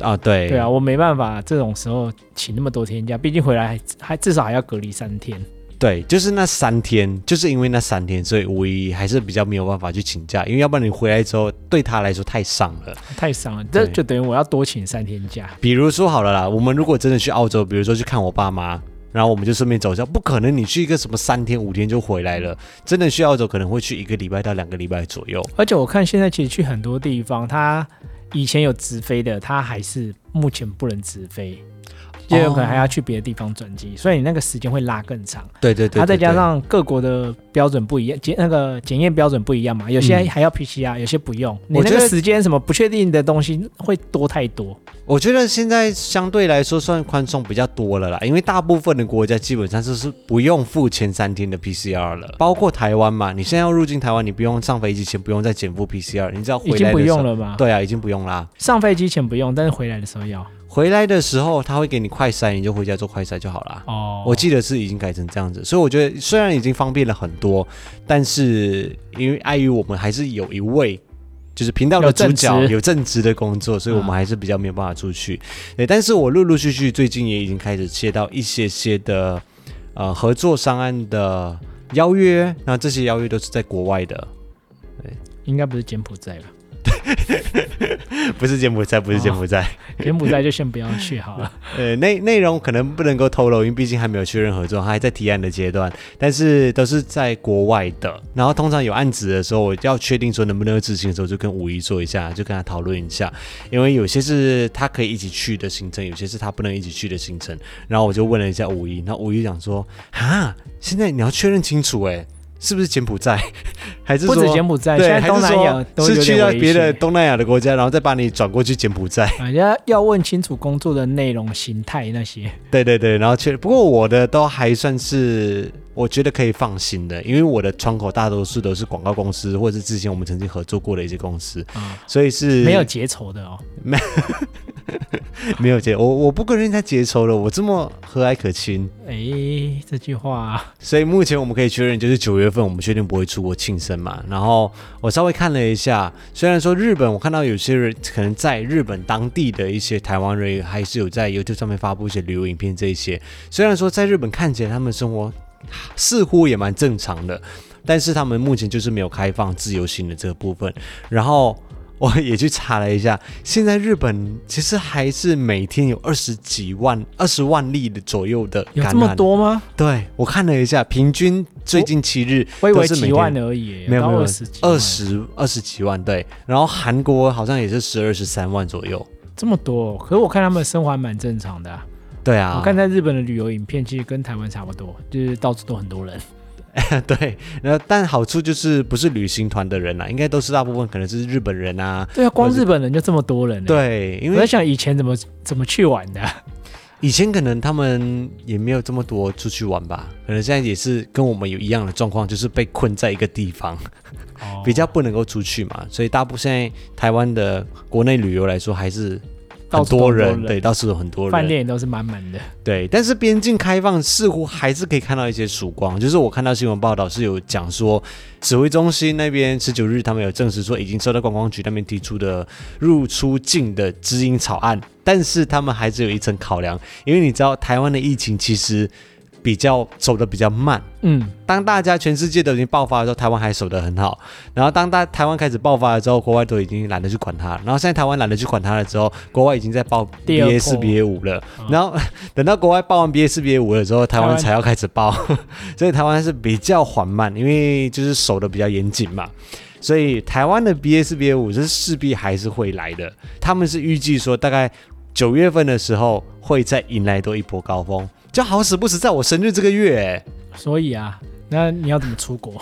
A: 啊，对，
B: 对啊，，我没办法这种时候请那么多天假，毕竟回来还还至少还要隔离三天，
A: 对，就是那三天，就是因为那三天，所以五一还是比较没有办法去请假，因为要不然你回来之后对他来说太伤了。
B: 太伤了，这
A: 对
B: 就等于我要多请三天假，
A: 比如说好了啦，我们如果真的去澳洲，比如说去看我爸妈，然后我们就顺便走一下，不可能你去一个什么三天五天就回来了，真的去澳洲可能会去一个礼拜到两个礼拜左右。
B: 而且我看现在其实去很多地方，它以前有直飞的，它还是目前不能直飞，就有可能还要去别的地方转机，所以你那个时间会拉更长。
A: 对哦对对
B: 它再加上各国的标准不一样，检那个检验标准不一样嘛，有些
A: 嗯
B: 还要 PCR，、有些不用。你
A: 我
B: 那
A: 觉
B: 个
A: 得
B: 时间什么不确定的东西会多太多。
A: 我觉得现在相对来说算宽松比较多了啦，因为大部分的国家基本上就是不用付前三天的 PCR 了，包括台湾嘛，你现在要入境台湾，你不用上飞机前不用再减负 PCR，你只要回
B: 已
A: 来
B: 经不
A: 的时候
B: 用了嘛？
A: 对啊，已经不用啦。
B: 上飞机前不用，但是回来的时候要。
A: 回来的时候他会给你快筛，你就回家做快筛就好啦。
B: 哦，
A: 我记得是已经改成这样子，所以我觉得虽然已经方便了很多，但是因为碍于我们还是有一位就是频道的
B: 有正
A: 主角
B: 职
A: 有正职的工作，所以我们还是比较没有办法出去。对，但是我陆陆续续最近也已经开始接到一些些的呃合作商案的邀约，那这些邀约都是在国外的，
B: 应该不是柬埔寨吧？
A: (laughs) 不是柬埔寨，不是柬埔寨。
B: 柬埔寨就先不要去
A: (laughs)
B: 好了。
A: 呃，内内容可能不能够透露，因为毕竟还没有确认合作，还在提案的阶段。但是都是在国外的，然后通常有案子的时候，我要确定说能不能够执行的时候，就跟吴仪做一下，就跟他讨论一下，因为有些是他可以一起去的行程，有些是他不能一起去的行程。然后我就问了一下吴仪，那吴仪讲说，哈，现在你要确认清楚、欸，是不是柬埔寨，还是
B: 不止
A: 说？
B: 柬埔寨，
A: 对，
B: 现在
A: 还
B: 东
A: 是
B: 南亚
A: 说
B: 都有
A: 是去
B: 点
A: 到
B: 危
A: 别的
B: 险。
A: 东南亚的国家，然后再把你转过去柬埔寨？
B: 啊，要要问清楚工作的内容、形态那些。
A: 对对对，然后确不过我的都还算是我觉得可以放心的，因为我的窗口大多数都是广告公司，或者是之前我们曾经合作过的一些公司，
B: 啊
A: 所以是
B: 没有结仇的哦，
A: 没有结我我不跟人家结仇了，我这么和蔼可亲，
B: 哎，这句话
A: 所以目前我们可以确认就是九月份我们确定不会出国庆生嘛。然后我稍微看了一下，虽然说日本我看到有些人可能在日本当地的一些台湾人还是有在 YouTube 上面发布一些旅游影片这一些，虽然说在日本看起来他们生活似乎也蛮正常的，但是他们目前就是没有开放自由行的这个部分。然后我也去查了一下，现在日本其实还是每天有二十几万、二十万例的左右的
B: 有
A: 感染。
B: 这么多吗？
A: 对我看了一下，平均最近七日
B: 我以为
A: 都是每
B: 几
A: 天
B: 万而已，
A: 没有没有
B: 哦二十几万
A: 二十二十几万，对，然后韩国好像也是十二十三万左右，
B: 这么多。可是我看他们生活还蛮正常的啊、
A: 对啊，
B: 我看在日本的旅游影片，其实跟台湾差不多，就是到处都很
A: (laughs)
B: 多人。
A: (laughs) 对，然后但好处就是不是旅行团的人啦、啊应该都是大部分可能是日本人啊，
B: 对啊，光
A: 我是
B: 日本人就这么多人、欸。，
A: 对，因
B: 我在
A: 为
B: 想以前怎么怎么去玩的啊、
A: 以前可能他们也没有这么多出去玩吧，可能现在也是跟我们有一样的状况，就是被困在一个地方，
B: 哦
A: 比较不能够出去嘛，所以大部分现在台湾的国内旅游来说还是。很
B: 到处都
A: 多
B: 很多
A: 人，
B: 人
A: 对，到处有很多人，
B: 饭店也都是满满的。
A: 对，但是边境开放似乎还是可以看到一些曙光，就是我看到新闻报道是有讲说，指挥中心那边十九日他们有证实说已经收到观光局那边提出的入出境的指引草案，但是他们还是有一层考量，因为你知道台湾的疫情其实比较走的比较慢。
B: 嗯，
A: 当大家全世界都已经爆发的时候，台湾还守得很好。然后当大台湾开始爆发了之后，国外都已经懒得去管它了。然后现在台湾懒得去管它了之后，国外已经在爆
B: 第二
A: BA 四
B: 波
A: BA 五了。
B: 嗯
A: 然后等到国外爆完 BA 四 BA 五了之后，台湾
B: 台湾
A: 才要开始爆， (laughs) 所以台湾是比较缓慢，因为就是守得比较严谨嘛。所以台湾的 BA 四 BA 五是势必还是会来的，他们是预计说大概九月份的时候会再迎来多一波高峰，就好死不死在我生日这个月、欸
B: 所以啊，那你要怎么
A: (laughs)
B: 出国？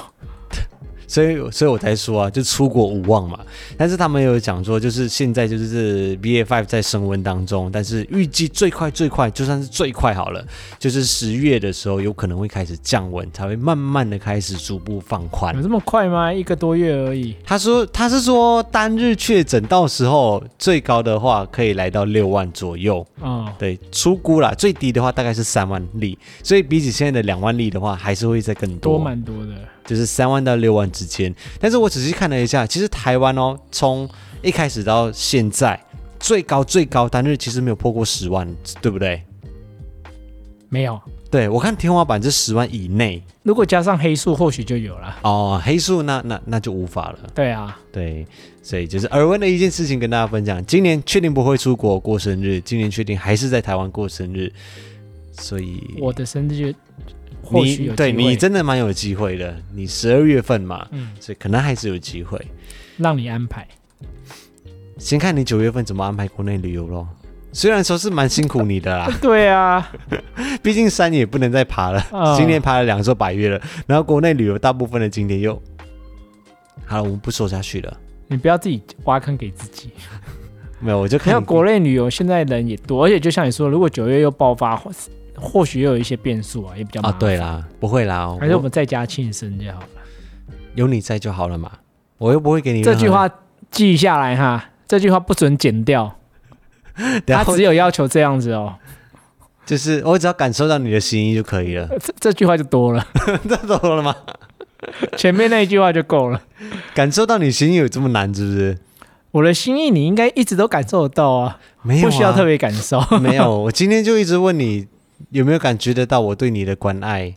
A: 所以，所以我才说啊，就出国无望嘛。但是他们有讲说，就是现在就是 BA five 在升温当中，但是预计最快最快，就算是最快好了，就是十月的时候有可能会开始降温，才会慢慢的开始逐步放宽
B: 有。这么快吗？一个多月而已。
A: 他说，他是说单日确诊到时候最高的话可以来到六万左右，
B: 哦，
A: 对，出估啦，最低的话大概是三万例，所以比起现在的两万例的话，还是会再更
B: 多蛮多的。
A: 就是三万到六万之间。但是我仔细看了一下，其实台湾哦，从一开始到现在，最高最高单日其实没有破过十万，对不对？
B: 没有，
A: 对我看天花板是十万以内
B: 如果加上黑素，或许就有了。
A: 哦，黑数那那那就无法了。
B: 对啊，
A: 对，所以就是耳闻的一件事情跟大家分享。今年确定不会出国过生日，今年确定还是在台湾过生日，所以
B: 我的生日就或许
A: 你
B: 有
A: 对
B: 机会
A: 你真的蛮有机会的。你十二月份嘛，
B: 嗯，
A: 所以可能还是有机会。
B: 让你安排。
A: 先看你九月份怎么安排国内旅游咯。虽然说是蛮辛苦你的
B: (laughs)
A: 啦，
B: 对啊，
A: 毕竟山也不能再爬了，
B: 啊
A: 今年爬了两座百越了，然后国内旅游大部分的景点又……好了，我们不说下去了。
B: 你不要自己挖坑给自己。
A: 没有，我就
B: 没
A: 看 (laughs)
B: 有
A: 你
B: 国内旅游，现在人也多，而且就像你说，如果九月又爆发，或或许又有一些变数啊，也比较麻
A: 啊，
B: 烦。
A: 对，啦，不会啦，
B: 还是我
A: 我
B: 们在家庆生就好了。
A: 有你在就好了嘛，我又不会给你
B: 这
A: 任何
B: 句话记下来哈，这句话不准剪掉。他
A: (laughs) 然后
B: 只有要求这样子哦，
A: 就是我只要感受到你的心意就可
B: (laughs)
A: 以了，
B: 这这句话就多了， (laughs)
A: 这懂了吗？
B: 前面那一句话就够了。
A: 感受到你心意有这么难是不是？
B: 我的心意你应该一直都感受得到啊，
A: 没有、
B: 不需要特
A: 别。
B: 别感
A: (laughs)
B: 受。哦
A: 没有，我今天就一直问你有没有感觉得到我对你的关爱，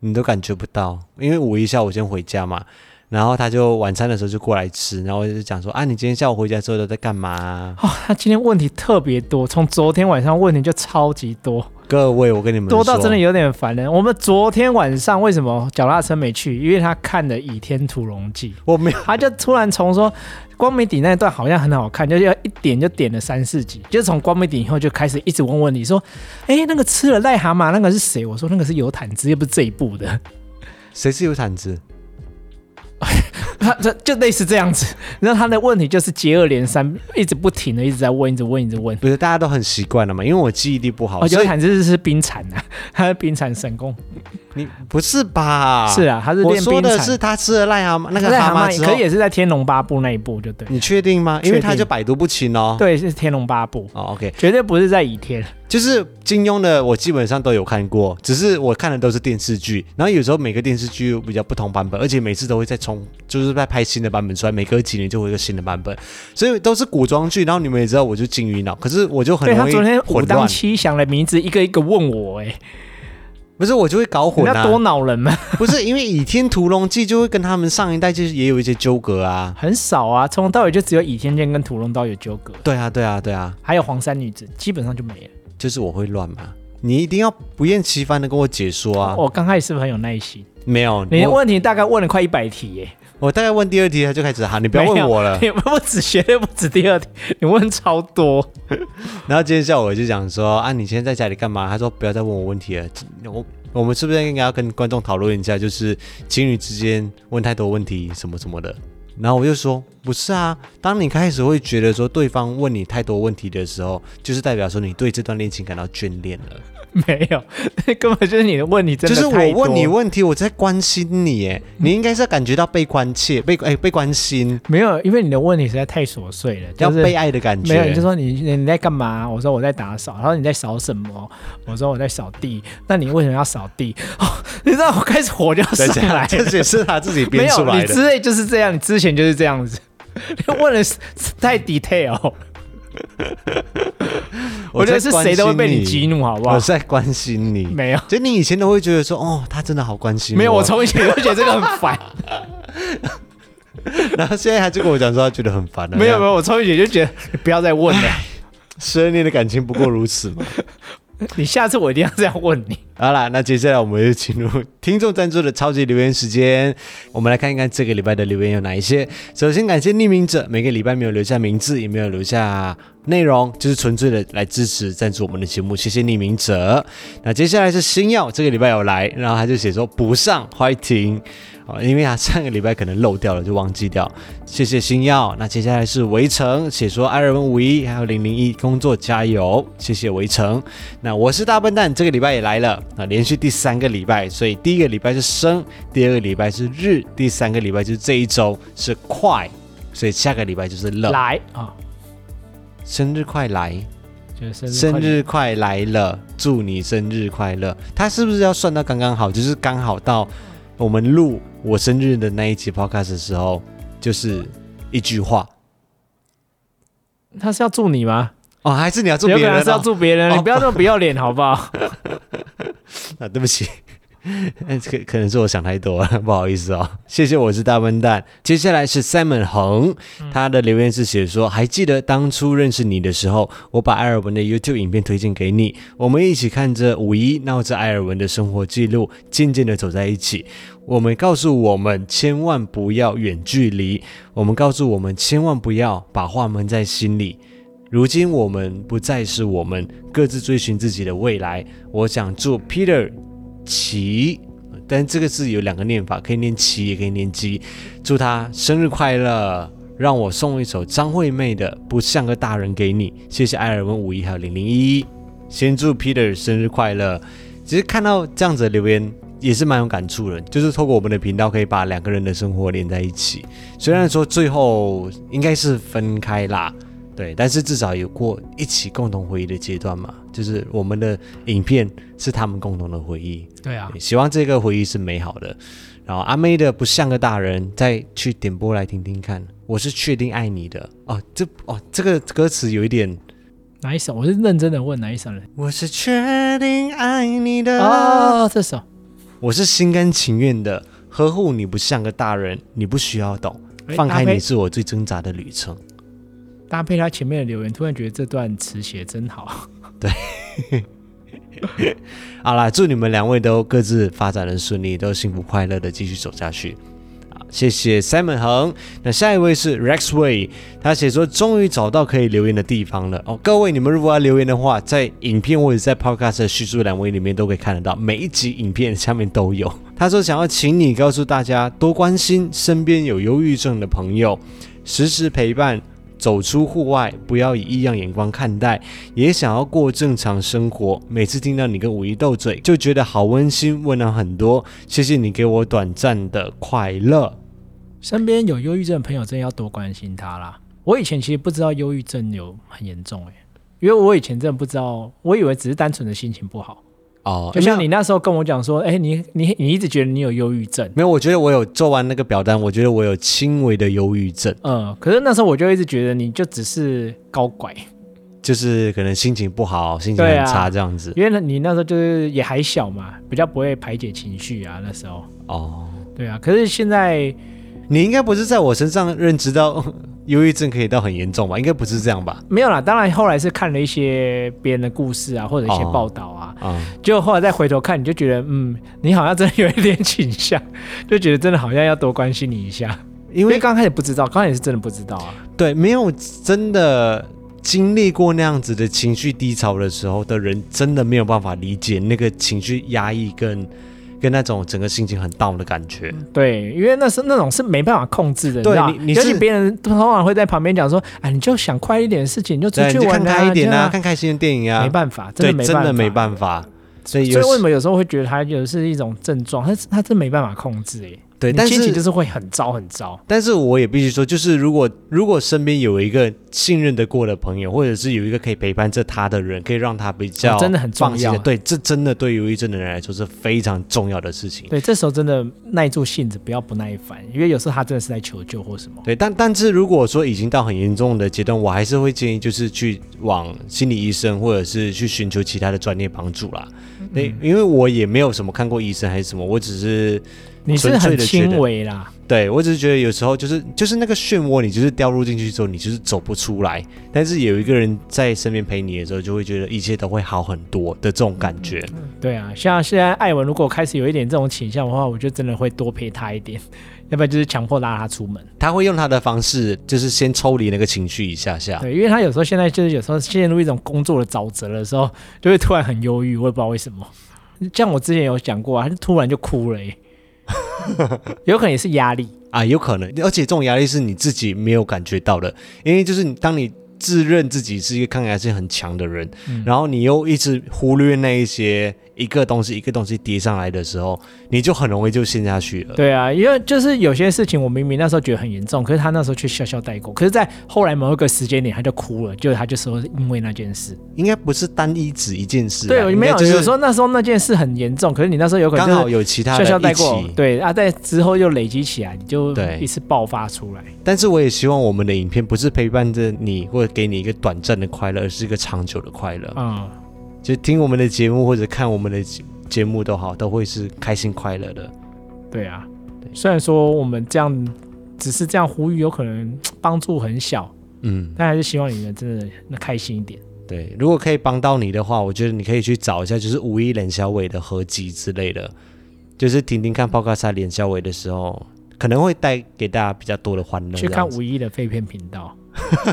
A: 你都感觉不到，因为五一下午先回家嘛，然后他就晚餐的时候就过来吃，然后我就讲说啊，你今天下午回家之后都在干嘛啊、
B: 哦，他今天问题特别多，从昨天晚上问题就超级多，
A: 各位，我跟你们
B: 多到
A: 说
B: 真的有点烦人。我们昨天晚上为什么脚踏车没去？因为他看了《倚天屠龙记》，
A: 我没有，
B: 他就突然从说光明顶那一段好像很好看，就是要一点就点了三四集，就是从光明顶以后就开始一直问问你说，哎，那个吃了癞蛤蟆那个是谁？我说那个是有毯子，又不是这一部的， (laughs)
A: 谁是有毯子？
B: 他这就类似这样子。然后他的问题就是接二连三，一直不停的一直在问，一直问，一直问。
A: 不是大家都很习惯了嘛，因为我记忆力不好，
B: 哦，
A: 所
B: 有
A: 以
B: 毯子是冰蚕啊， (laughs) 他是冰蚕神功。
A: 你不是吧？
B: 是啊，他是
A: 我
B: 练
A: 说
B: 冰
A: 的
B: 蚕。
A: 是他吃了癞蛤蟆那个
B: 癞
A: 蛤
B: 蛤
A: 蟆之
B: 可
A: 后
B: 是，也是在《天龙八部》那一部，就对，
A: 你确定吗？因为
B: 确定
A: 他就百毒不侵哦。
B: 对，是《天龙八部》，
A: 哦，OK，
B: 绝对不是在倚天。
A: 就是金庸的，我基本上都有看过，只是我看的都是电视剧，然后有时候每个电视剧有比较不同版本，而且每次都会再重，就是在拍新的版本出来，每隔几年就会有一个新的版本，所以都是古装剧。然后你们也知道，我就金鱼脑，可是我就很
B: 对他
A: 容易
B: 昨天武
A: 混
B: 当
A: 乱，
B: 七祥的名字一个一个问我、哎，
A: 不是我就会搞
B: 你
A: 混
B: 那多
A: 啊，
B: 恼人吗？
A: 不是因为《倚天屠龙记》就会跟他们上一代就是也有一些纠葛啊。
B: 很少啊，从头到尾就只有倚天剑跟屠龙刀有纠葛，
A: 对啊，对啊，对啊，
B: 还有黄山女子，基本上就没了。
A: 就是我会乱嘛。你一定要不厌其烦的跟我解说啊！
B: 我刚开始是不是很有耐心？
A: 没有，
B: 哦你的
A: 我
B: 问题大概问了快一百题、耶，
A: 我大概问第二题，他就开始喊你不
B: 哎，
A: 要问我了。
B: 你不止学的不止第二题，你问超多。
A: 然后今天下午我就讲说啊，你今天在家里干嘛？他说不要再问我问题了。我我们是不是应该要跟观众讨论一下，就是情侣之间问太多问题什么什么的？然后我就说不是啊，当你开始会觉得说对方问你太多问题的时候，就是代表说你对这段恋情感到眷恋了。
B: 没有，根本就是你的问 (laughs) 题真
A: 就
B: 的
A: 是
B: 太
A: 我
B: 多
A: 问你问题，我在关心你，耶，你应该是要感觉到被关切、被哎被关心，
B: 没有，因为你的问题实在太琐碎了，
A: 要
B: 就是
A: 被爱的感觉。
B: 没有，你就说你你你在干嘛？我说我在打扫。他说你在扫什么？我说我在扫地。那你为什么要扫地？哦，你知道我开始火就要
A: 对
B: 上
A: (laughs) 这样
B: 来了。
A: 这也是他自己
B: 没
A: 编出
B: 有，
A: 来
B: 你
A: 的。
B: 之类就是这样，你之前就是这样子。 (laughs) 你问的是太 detail，我觉得是谁都会被你激
A: 怒，
B: 怒，好不好
A: 我？在关心你。
B: 没有，
A: 就你以前都会觉得说，哦，他真的好关心
B: 没有，
A: 我
B: 我从以前就觉得这个很烦。
A: (laughs) 然后现在他就跟我讲说，他觉得很烦啊了。
B: 没有，没
A: 有，
B: 有，我从以前就觉得你不要再
A: (laughs)
B: 问了。
A: 十二年的感情不过如此嘛。 (laughs)
B: 你下次我一定要这样问你。
A: 好啦，那接下来我们就进入听众赞助的超级留言时间。我们来看一看这个礼拜的留言有哪一些。首先感谢匿名者，每个礼拜没有留下名字，也没有留下内容，就是纯粹的来支持赞助我们的节目，谢谢匿名者。那接下来是星耀，这个礼拜有来，然后他就写说不上欢迎。哦，因为他上个礼拜可能漏掉了，就忘记掉。谢谢星耀。那接下来是围城，写说艾尔文五一还有零零一工作加油，谢谢围城。那我是大笨蛋，这个礼拜也来了啊，连续第三个礼拜，所以第一个礼拜是生，第二个礼拜是日，第三个礼拜就是这一周是快，所以下个礼拜就是乐。
B: 来啊，
A: 生日快来，
B: 就是
A: 生
B: 快乐
A: 日快来了，祝你生日快乐。他是不是要算到刚刚好，就是刚好到我们录我生日的那一集 podcast 的时候，就是一句话
B: 他是要祝你吗？
A: 哦，还是你要祝
B: 有
A: 别
B: 可能
A: 人
B: 是要
A: 哦？
B: 祝别人，
A: 哦
B: 你不要这么不要脸好不好？
A: (laughs) 啊，对不起，哎可可能是我想太多 (laughs) 了，不好意思哦。谢谢，我是大笨蛋。接下来是 Simon 恒，他的留言是写说：还记得当初认识你的时候，我把艾尔文的 YouTube 影片推荐给你，我们一起看着五一闹着艾尔文的生活记录，渐渐的走在一起。我们告诉我们千万不要远距离，我们告诉我们千万不要把话闷在心里。如今我们不再是我们，各自追寻自己的未来。我想祝 Peter 奇，但这个字有两个念法，可以念奇，也可以念鸡。祝他生日快乐！让我送一首张惠妹的《不像个大人》给你，谢谢艾尔文五一还有零零一。先祝 Peter 生日快乐！其实看到这样子的留言也是蛮有感触的，就是透过我们的频道可以把两个人的生活连在一起。虽然说最后应该是分开啦，对，但是至少有过一起共同回忆的阶段嘛，就是我们的影片是他们共同的回忆，
B: 对啊，
A: 希望这个回忆是美好的。然后阿妹的不像个大人，再去点播来听听看。我是确定爱你的哦，这哦这个歌词有一点，
B: 哪一首？我是认真的问哪一首呢？
A: 我是确定爱你的，
B: 哦，这首，
A: 我是心甘情愿的呵护你，不像个大人，你不需要懂，
B: 哎
A: 放开
B: 搭
A: 你
B: 配
A: 是我最挣扎的旅程。
B: 搭配他前面的留言，突然觉得这段词写得真好。
A: 好啦，祝你们两位都各自发展的顺利，都幸福快乐的继续走下去。好，谢谢 Simon 恒。那下一位是 Rexway，他写说终于找到可以留言的地方了哦。各位，你们如果要留言的话，在影片或者在 Podcast 的叙述栏位里面都可以看得到，每一集影片下面都有。 (laughs) 他说想要请你告诉大家，多关心身边有忧郁症的朋友，时时陪伴。走出户外，不要以异样眼光看待，也想要过正常生活。每次听到你跟五一斗嘴，就觉得好温馨，温暖很多。谢谢你给我短暂的快乐。
B: (laughs) 身边有忧郁症的朋友，真的要多关心他啦。我以前其实不知道忧郁症有很严重诶、因为我以前真的不知道，我以为只是单纯的心情不好。
A: 哦
B: 就像你那时候跟我讲说，哎、你你你一直觉得你有忧郁症，
A: 没有，我觉得我有做完那个表单，我觉得我有轻微的忧郁症，
B: 嗯，可是那时候我就一直觉得你就只是高拐，
A: 就是可能心情不好，心情
B: 对
A: 很
B: 啊
A: 差这样子。
B: 因为你那时候就是也还小嘛，比较不会排解情绪啊，那时候。
A: 哦，
B: 对啊，可是现在
A: 你应该不是在我身上认知到 (laughs) 忧郁症可以到很严重吧？应该不是这样吧？
B: 没有啦，当然后来是看了一些别人的故事啊，或者一些
A: 哦
B: 报道啊，
A: 啊、
B: 就后来再回头看，你就觉得，嗯，你好像真的有一点倾向，就觉得真的好像要多关心你一下，
A: 因
B: 因为
A: 为
B: 刚开始不知道，刚开始是真的不知道啊，
A: 对没有真的经历过那样子的情绪低潮的时候的人，真的没有办法理解那个情绪压抑跟跟那种整个心情很 down 的感觉。
B: 对，因为那是那种是没办法控制的，
A: 对
B: 你知道吗
A: 你你
B: 尤
A: 是
B: 其别人通常会在旁边讲说，啊，你就想快一点的事情，你就出
A: 对，
B: 去
A: 你就
B: 玩
A: 看开一点
B: 这样
A: 啊，看开心的电影啊。
B: 没办法，
A: 对，
B: 真的没
A: 真
B: 办法，
A: 的没办法。所以
B: 所
A: 有
B: 以为
A: 时
B: 什么有时候会觉得它有是一种症状，它它真没办法控制哎、欸，
A: 对，
B: 你
A: 但
B: 心情就是是会很糟很糟。
A: 但是我也必须说，就是如果如果身边有一个信任的过的朋友，或者是有一个可以陪伴着他的人，可以让他比较、
B: 哦真的很重
A: 放心的
B: 要
A: 对，这真的对忧郁症的人来说是非常重要的事情。
B: 对，这时候真的耐住性子，不要不耐烦，因为有时候他真的是在求救或什么。
A: 对，但但是如果说已经到很严重的阶段，我还是会建议就是去往心理医生，或者是去寻求其他的专业帮助啦。对，因为我也没有什么看过医生还是什么，我只是
B: 你是
A: 纯粹
B: 很
A: 地觉得
B: 轻微啦，
A: 对我只是觉得有时候就是就是那个漩涡，你就是掉入进去之后，你就是走不出来。但是有一个人在身边陪你的时候，就会觉得一切都会好很多的这种感觉。
B: 对啊，像现在艾文如果开始有一点这种倾向的话，我就真的会多陪他一点， (laughs) 要不然就是强迫拉他出门。
A: 他会用他的方式，就是先抽离那个情绪一下下。
B: 对，因为他有时候现在就是有时候陷入一种工作的沼泽的时候，就会突然很忧郁，我也不知道为什么。像我之前有讲过啊，他就突然就哭
A: (laughs)
B: 了、欸，有可能也是压力。
A: 啊，有可能，而且这种压力是你自己没有感觉到的，因为就是你当你自认自己是一个抗压性很强的人，
B: 嗯
A: 然后你又一直忽略那一些一个东西一个东西叠上来的时候，你就很容易就陷下去了。
B: 对啊，因为就是有些事情，我明明那时候觉得很严重，可是他那时候却笑笑带过。可是，在后来某一个时间点，他就哭了，就他就说是因为那件事。
A: 应该不是单一指一件事啊，
B: 对，
A: 应
B: 没
A: 该
B: 有，
A: 就是
B: 有时候那时候那件事很严重，可是你那时候有可能
A: 刚好
B: 就是
A: 有其他
B: 笑笑
A: 的
B: 带
A: 一
B: 过
A: 起。。
B: 对啊，在之后又累积起来，你就
A: 对
B: 一次爆发出来。
A: 但是我也希望我们的影片不是陪伴着你，或者给你一个短暂的快乐，而是一个长久的快乐。
B: 嗯，
A: 就听我们的节目或者看我们的节节目都好，都会是开心快乐的。
B: 对啊。虽然说我们这样只是这样呼吁，有可能帮助很小，
A: 嗯。
B: 但还是希望你们真的那开心一点。
A: 对，如果可以帮到你的话，我觉得你可以去找一下，就是五一冷小伟的合集之类的，就是听听看《报告赛冷小伟的时候，可能会带给大家比较多的欢乐。
B: 去看
A: 五，
B: 五一的废片频道，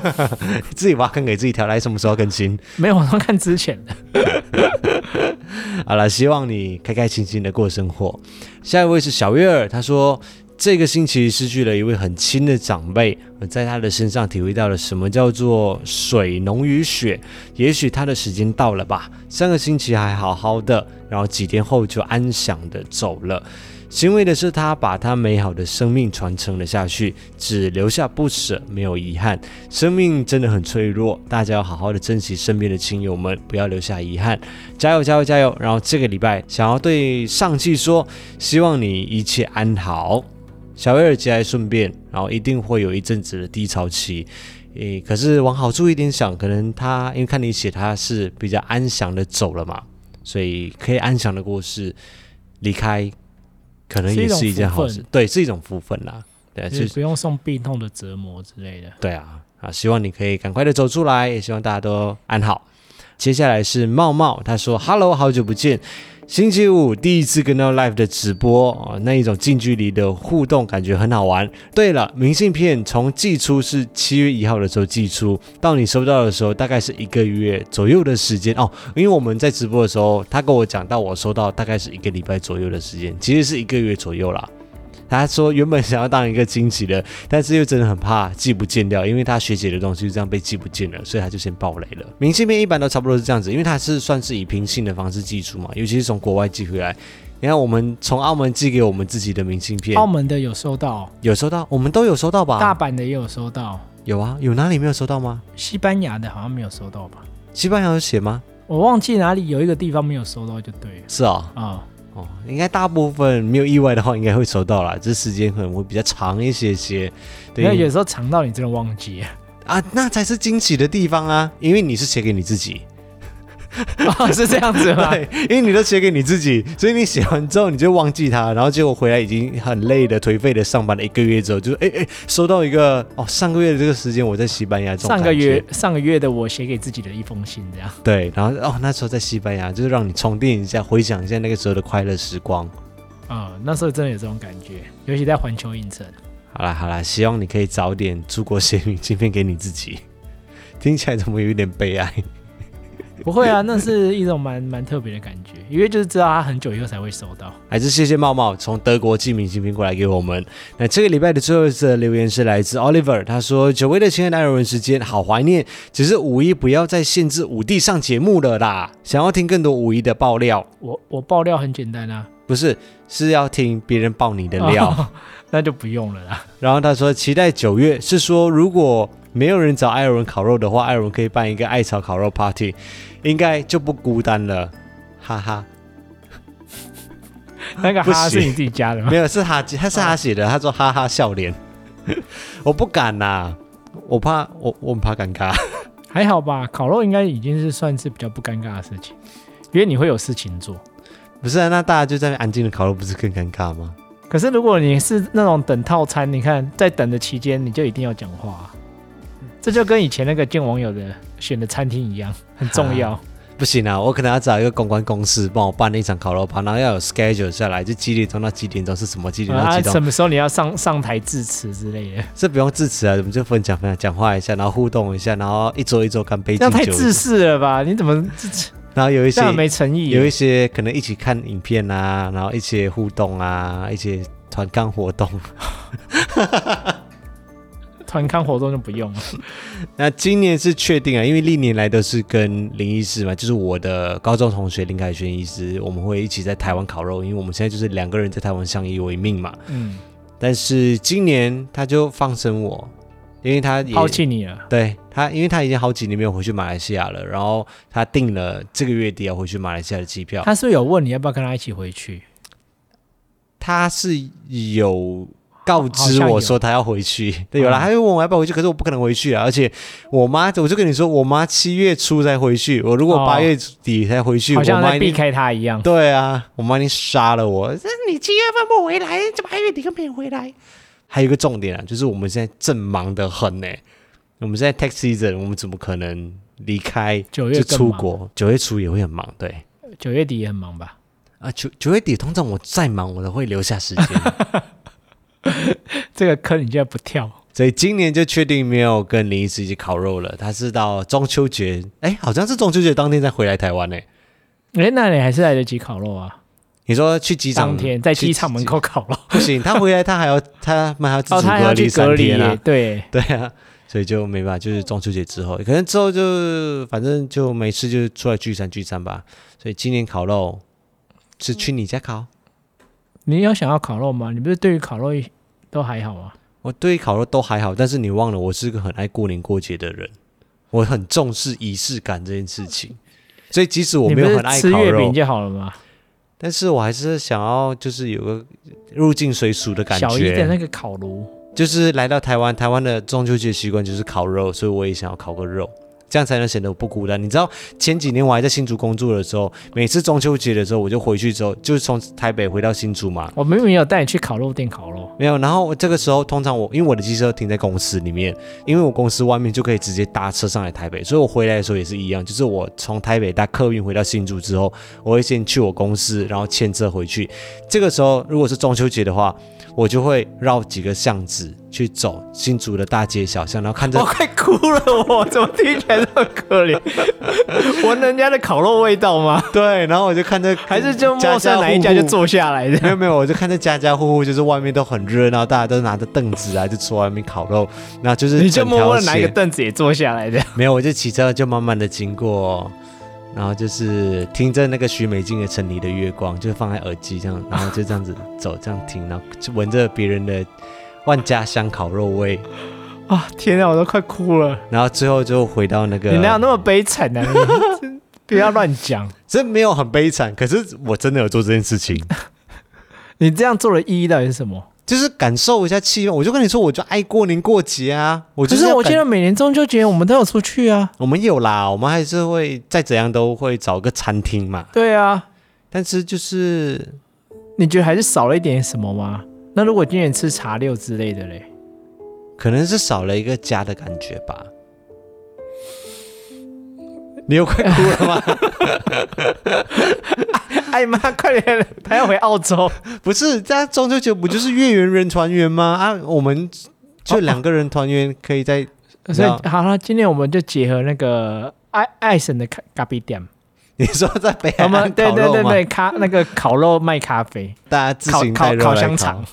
A: (laughs) 自己挖坑给自己跳，来什么时候更新？
B: 没有，我都看之前的。
A: (laughs) 好了，希望你开开心心的过生活。下一位是小月儿，她说这个星期失去了一位很亲的长辈，我在他的身上体会到了什么叫做水浓于血。也许他的时间到了吧，上个星期还好好的，然后几天后就安详的走了。欣慰的是，他把他美好的生命传承了下去，只留下不舍，没有遗憾。生命真的很脆弱，大家要好好的珍惜身边的亲友们，不要留下遗憾。加油，加油，加油！然后这个礼拜想要对上汽说，希望你一切安好。小威尔节哀顺变，然后一定会有一阵子的低潮期。诶，可是往好处一点想，可能他因为看你写他是比较安详的走了嘛，所以可以安详的过世，离开可能也是一件好事
B: 是一种福分，
A: 对，是一种福分啦。对啊，
B: 就是
A: 就
B: 不用送病痛的折磨之类的。
A: 对啊，啊，希望你可以赶快的走出来，也希望大家都安好。接下来是茂茂，他说：“Hello，好久不见。”星期五第一次跟到 Live 的直播哦，那一种近距离的互动感觉很好玩。对了，明信片从寄出是七月一号的时候寄出，到你收到的时候大概是一个月左右的时间哦。因为我们在直播的时候，他跟我讲到我收到大概是一个礼拜左右的时间，其实是一个月左右啦。他说原本想要当一个惊喜的，但是又真的很怕寄不见掉，因为他学姐的东西就这样被寄不见了，所以他就先爆雷了。明信片一般都差不多是这样子，因为它是算是以平信的方式寄出嘛，尤其是从国外寄回来。你看，我们从澳门寄给我们自己的明信片，
B: 澳门的有收到，
A: 有收到，我们都有收到吧？
B: 大阪的也有收到，
A: 有啊，有哪里没有收到吗？
B: 西班牙的好像没有收到吧？
A: 西班牙有写吗？
B: 我忘记哪里有一个地方没有收到，就对了。
A: 是啊、
B: 啊、
A: 哦，应该大部分没有意外的话，应该会收到啦，只是时间可能会比较长一些些。
B: 因为有
A: 对
B: 时候长到你真的忘记了，
A: 啊，那才是惊喜的地方啊，因为你是写给你自己。
B: (laughs) 哦是这样子吗？
A: 对，因为你都写给你自己，所以你写完之后你就忘记它，然后结果回来已经很累的、颓废的上班了一个月之后，就是哎哎，收到一个哦，上个月的这个时间我在西班牙，这种
B: 上个
A: 感觉
B: 月上个月的我写给自己的一封信，这样
A: 对，然后哦那时候在西班牙，就是让你充电一下，回想一下那个时候的快乐时光。
B: 啊、那时候真的有这种感觉，尤其在环球影城。
A: 好啦好啦，希望你可以早点出国写明信片给你自己。 (laughs) 听起来怎么有一点悲哀？
B: 不会啊，那是一种蛮蛮特别的感觉，因为就是知道他很久以后才会收到。
A: 还是谢谢茂茂从德国寄明信片过来给我们。那这个礼拜的最后一则留言是来自 Oliver，他说：“久违的亲爱的爱人时间，好怀念。只是五一不要再限制五弟上节目了啦，想要听更多五一的爆料，
B: 我我爆料很简单啊，
A: 不是是要听别人爆你的料。
B: 那就不用了啦。
A: 然后他说期待九月，是说如果没有人找艾尔文烤肉的话，艾尔文可以办一个艾草烤肉 party，应该就不孤单了，哈哈。
B: 那个
A: 不
B: 哈是
A: 行
B: 你自己加的吗
A: 没？有，是他他是他写的，他说哈哈笑脸， (laughs) 我不敢呐、我怕我我很怕尴尬。
B: 还好吧，烤肉应该已经是算是比较不尴尬的事情，因为你会有事情做。
A: 不是啊，那大家就在那边安静的烤肉，不是更尴尬吗？
B: 可是如果你是那种等套餐，你看在等的期间，你就一定要讲话啊、这就跟以前那个见网友的选的餐厅一样，很重要。
A: 不行啊，我可能要找一个公关公司帮我办一场烤肉趴，然后要有 schedule 下来，就几点钟到几点钟是什么，几点到
B: 啊，
A: 几点钟
B: 什么时候你要上上台致辞之类的，
A: 这不用致辞啊，我们就分享分享，讲话一下，然后互动一下，然后一桌一桌干杯
B: 这
A: 敬
B: 样太
A: 酒，
B: 自私了吧？你怎么
A: 然后有一
B: 这
A: 些
B: 样没诚意？啊
A: 有一些可能一起看影片啊，然后一起互动啊，一起团干活动。 (laughs)
B: 团康活动就不用了。
A: 那今年是确定啊，因为历年来都是跟林医师嘛，就是我的高中同学林凯旋医师，我们会一起在台湾烤肉，因为我们现在就是两个人在台湾相依为命嘛。
B: 嗯，
A: 但是今年他就放生我，因为他也
B: 抛弃你了。
A: 对他，因为他已经好几年没有回去马来西亚了，然后他订了这个月底要回去马来西亚的机票。
B: 他是不是有问你要不要跟他一起回去？
A: 他是有告
B: 好
A: 知
B: 像有
A: 我说他要回去，对，有啦，
B: 嗯
A: 他就问我要不要回去，可是我不可能回去啊，而且我妈，我就跟你说，我妈七月初才回去，我如果
B: 哦
A: 八月底才回去，
B: 好
A: 我
B: 像
A: 妈
B: 在
A: 一
B: 避
A: 定。
B: 开他一样。
A: 对啊，我妈已经杀了我！这你七月份不回来，这八月底更没回来。还有一个重点啊，就是我们现在正忙得很呢、我们现在 tax season，我们怎么可能离开
B: 九月
A: 就
B: 更
A: 出
B: 忙，
A: 国？九月初也会很忙，对。
B: 九月底也很忙吧？
A: 啊，九九月底通常我再忙，我都会留下时间，
B: 这个坑你竟然不跳？
A: (laughs) 所以今年就确定没有跟林医师一起烤肉了。他是到中秋节，哎，好像是中秋节当天再回来台湾呢。
B: 哎，那你还是来得及烤肉啊？
A: 你说去机场
B: 当天在
A: 去
B: 机
A: (laughs)
B: 场门口烤肉，
A: 不行，他回来他还要他们还要自
B: 哦，
A: 主
B: 他还要
A: 隔
B: 去
A: 离
B: 隔
A: 三
B: 离
A: 天啊
B: 耶，，对，
A: (laughs) 对啊，所以就没办法，就是中秋节之后，可能之后就反正就没事就出来聚餐聚餐吧。所以今年烤肉是去你家烤，
B: 你有想要烤肉吗？你不是对于烤肉都还好吗？
A: 我对于烤肉都还好，但是你忘了我是个很爱过年过节的人，我很重视仪式感这件事情，所以即使我
B: 哦你
A: 没
B: 不
A: 有
B: 是
A: 很爱
B: 吃
A: 烤
B: 月
A: 肉
B: 饼，就好了嘛。
A: 但是我还是想要就是有个入境随俗的感觉。
B: 小姨的那个烤炉，
A: 就是来到台湾，台湾的中秋节习惯就是烤肉，所以我也想要烤个肉，这样才能显得我不孤单。你知道前几年我还在新竹工作的时候，每次中秋节的时候，我就回去之后，就是从台北回到新竹嘛，
B: 我明明有带你去烤肉店
A: (laughs)
B: 烤肉，
A: 没有。然后我这个时候，通常我因为我的机车停在公司里面，因为我公司外面就可以直接搭车上来台北，所以我回来的时候也是一样，就是我从台北搭客运回到新竹之后，我会先去我公司，然后牵车回去。这个时候如果是中秋节的话，我就会绕几个巷子去走新竹的大街小巷，然后看着
B: 我哦快哭了我，怎么听起来这么可怜？ (laughs) 闻人家的烤肉味道吗？
A: 对，然后我就看着
B: 还是就
A: 家家
B: 陌生
A: 户
B: 哪一家就
A: 户
B: 坐下来的？
A: 没有没有，我就看着家家户户就是外面都很热闹，大家都拿着凳子啊，就坐外面烤肉，然后就是
B: 你就
A: 整
B: 默
A: 条
B: 默的拿一个
A: 街
B: 凳子也坐下来的。
A: 没有，我就骑车就慢慢的经过，然后就是听着那个许美静的《城里的月光》，就是放在耳机这样，然后就这样子走，这样听，然后就闻着别人的万家香烤肉味，
B: 啊，天啊，我都快哭了！
A: 然后最后就回到那个，
B: 你哪有那么悲惨呢、啊？你 (laughs) 真不要乱讲，
A: 这没有很悲惨，可是我真的有做这件事情，
B: 你这样做的意义到底是什么？
A: 就是感受一下气氛。我就跟你说，我就爱过年过节啊，我
B: 可
A: 就是是要
B: 我
A: 感
B: 记得每年中秋节我们都有出去啊。
A: 我们有啦，我们还是会再怎样都会找个餐厅嘛，
B: 对啊，
A: 但是就是
B: 你觉得还是少了一点什么吗？那如果今年吃茶六之类的嘞，
A: 可能是少了一个家的感觉吧。你又快哭了吗？
B: (laughs) 哎妈，快点，他要回澳洲，
A: 不是，在中秋节不就是月圆人团圆吗？啊，我们就两个人团圆，可以在
B: (laughs) 所
A: 那
B: 以好了，今年我们就结合那个爱爱神的咖咖啡店，
A: 你说在北海
B: 我 (laughs) 们
A: 岸
B: 哦对
A: 烤
B: 对
A: 肉
B: 对
A: 吗？
B: 对咖那个烤肉卖咖啡，
A: 大家自
B: 烤
A: 行带
B: 烤
A: 肉
B: 烤
A: 来
B: 香肠，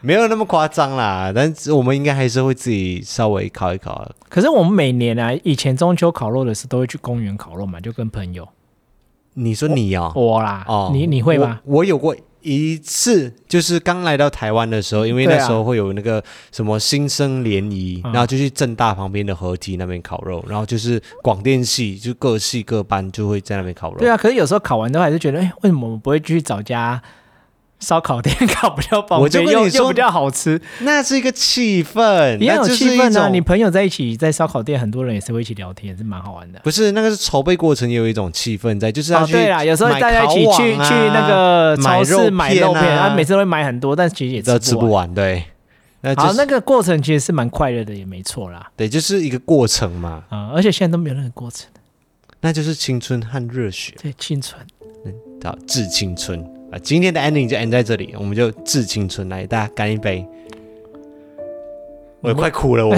A: 没有那么夸张啦。但是我们应该还是会自己稍微烤一烤。
B: 可是我们每年啊，以前中秋烤肉的时候都会去公园烤肉嘛，就跟朋友。
A: 你说你哦，
B: 我啦，
A: 哦，
B: 你你会吗？
A: 我？我有过一次，就是刚来到台湾的时候，因为
B: 对
A: 那
B: 啊
A: 时候会有那个什么新生联谊，
B: 嗯
A: 然后就去正大旁边的河堤那边烤肉，然后就是广电系就各系各班就会在那边烤肉。
B: 对
A: 啊，
B: 啊，可是有时候烤完之后还是觉得，哎、为什么我们不会去找家烧烤店 (laughs) 烤比较方
A: 我就
B: 便，
A: 跟
B: 又
A: 你说
B: 又比较好吃，
A: 那是一个气氛，
B: 也
A: 那
B: 有
A: 就是
B: 气氛啊。
A: 一种
B: 你朋友在一起在烧烤店，很多人也是会一起聊天，也是蛮好玩的。
A: 不是那个是筹备过程也有一种气氛在，就是要
B: 哦，
A: 去、
B: 对啦，有时候大家一起去、去那个超市
A: 啊
B: 买
A: 买肉
B: 肉
A: 片
B: 片，
A: 啊
B: 啊，每次都会买很多，但其实也
A: 都
B: 吃
A: 吃
B: 不
A: 不
B: 完。
A: 完，对。那就
B: 好，
A: 是
B: 那个过程其实是蛮快乐的，也没错啦。
A: 对，就是一个过程嘛，
B: 啊、而且现在都没有那个过程，
A: 那就是青春和热血。
B: 对，青春。
A: 好，致青春啊！今天的 ending 就 end 在这里，我们就致青春来，大家干一杯。我也快哭了我，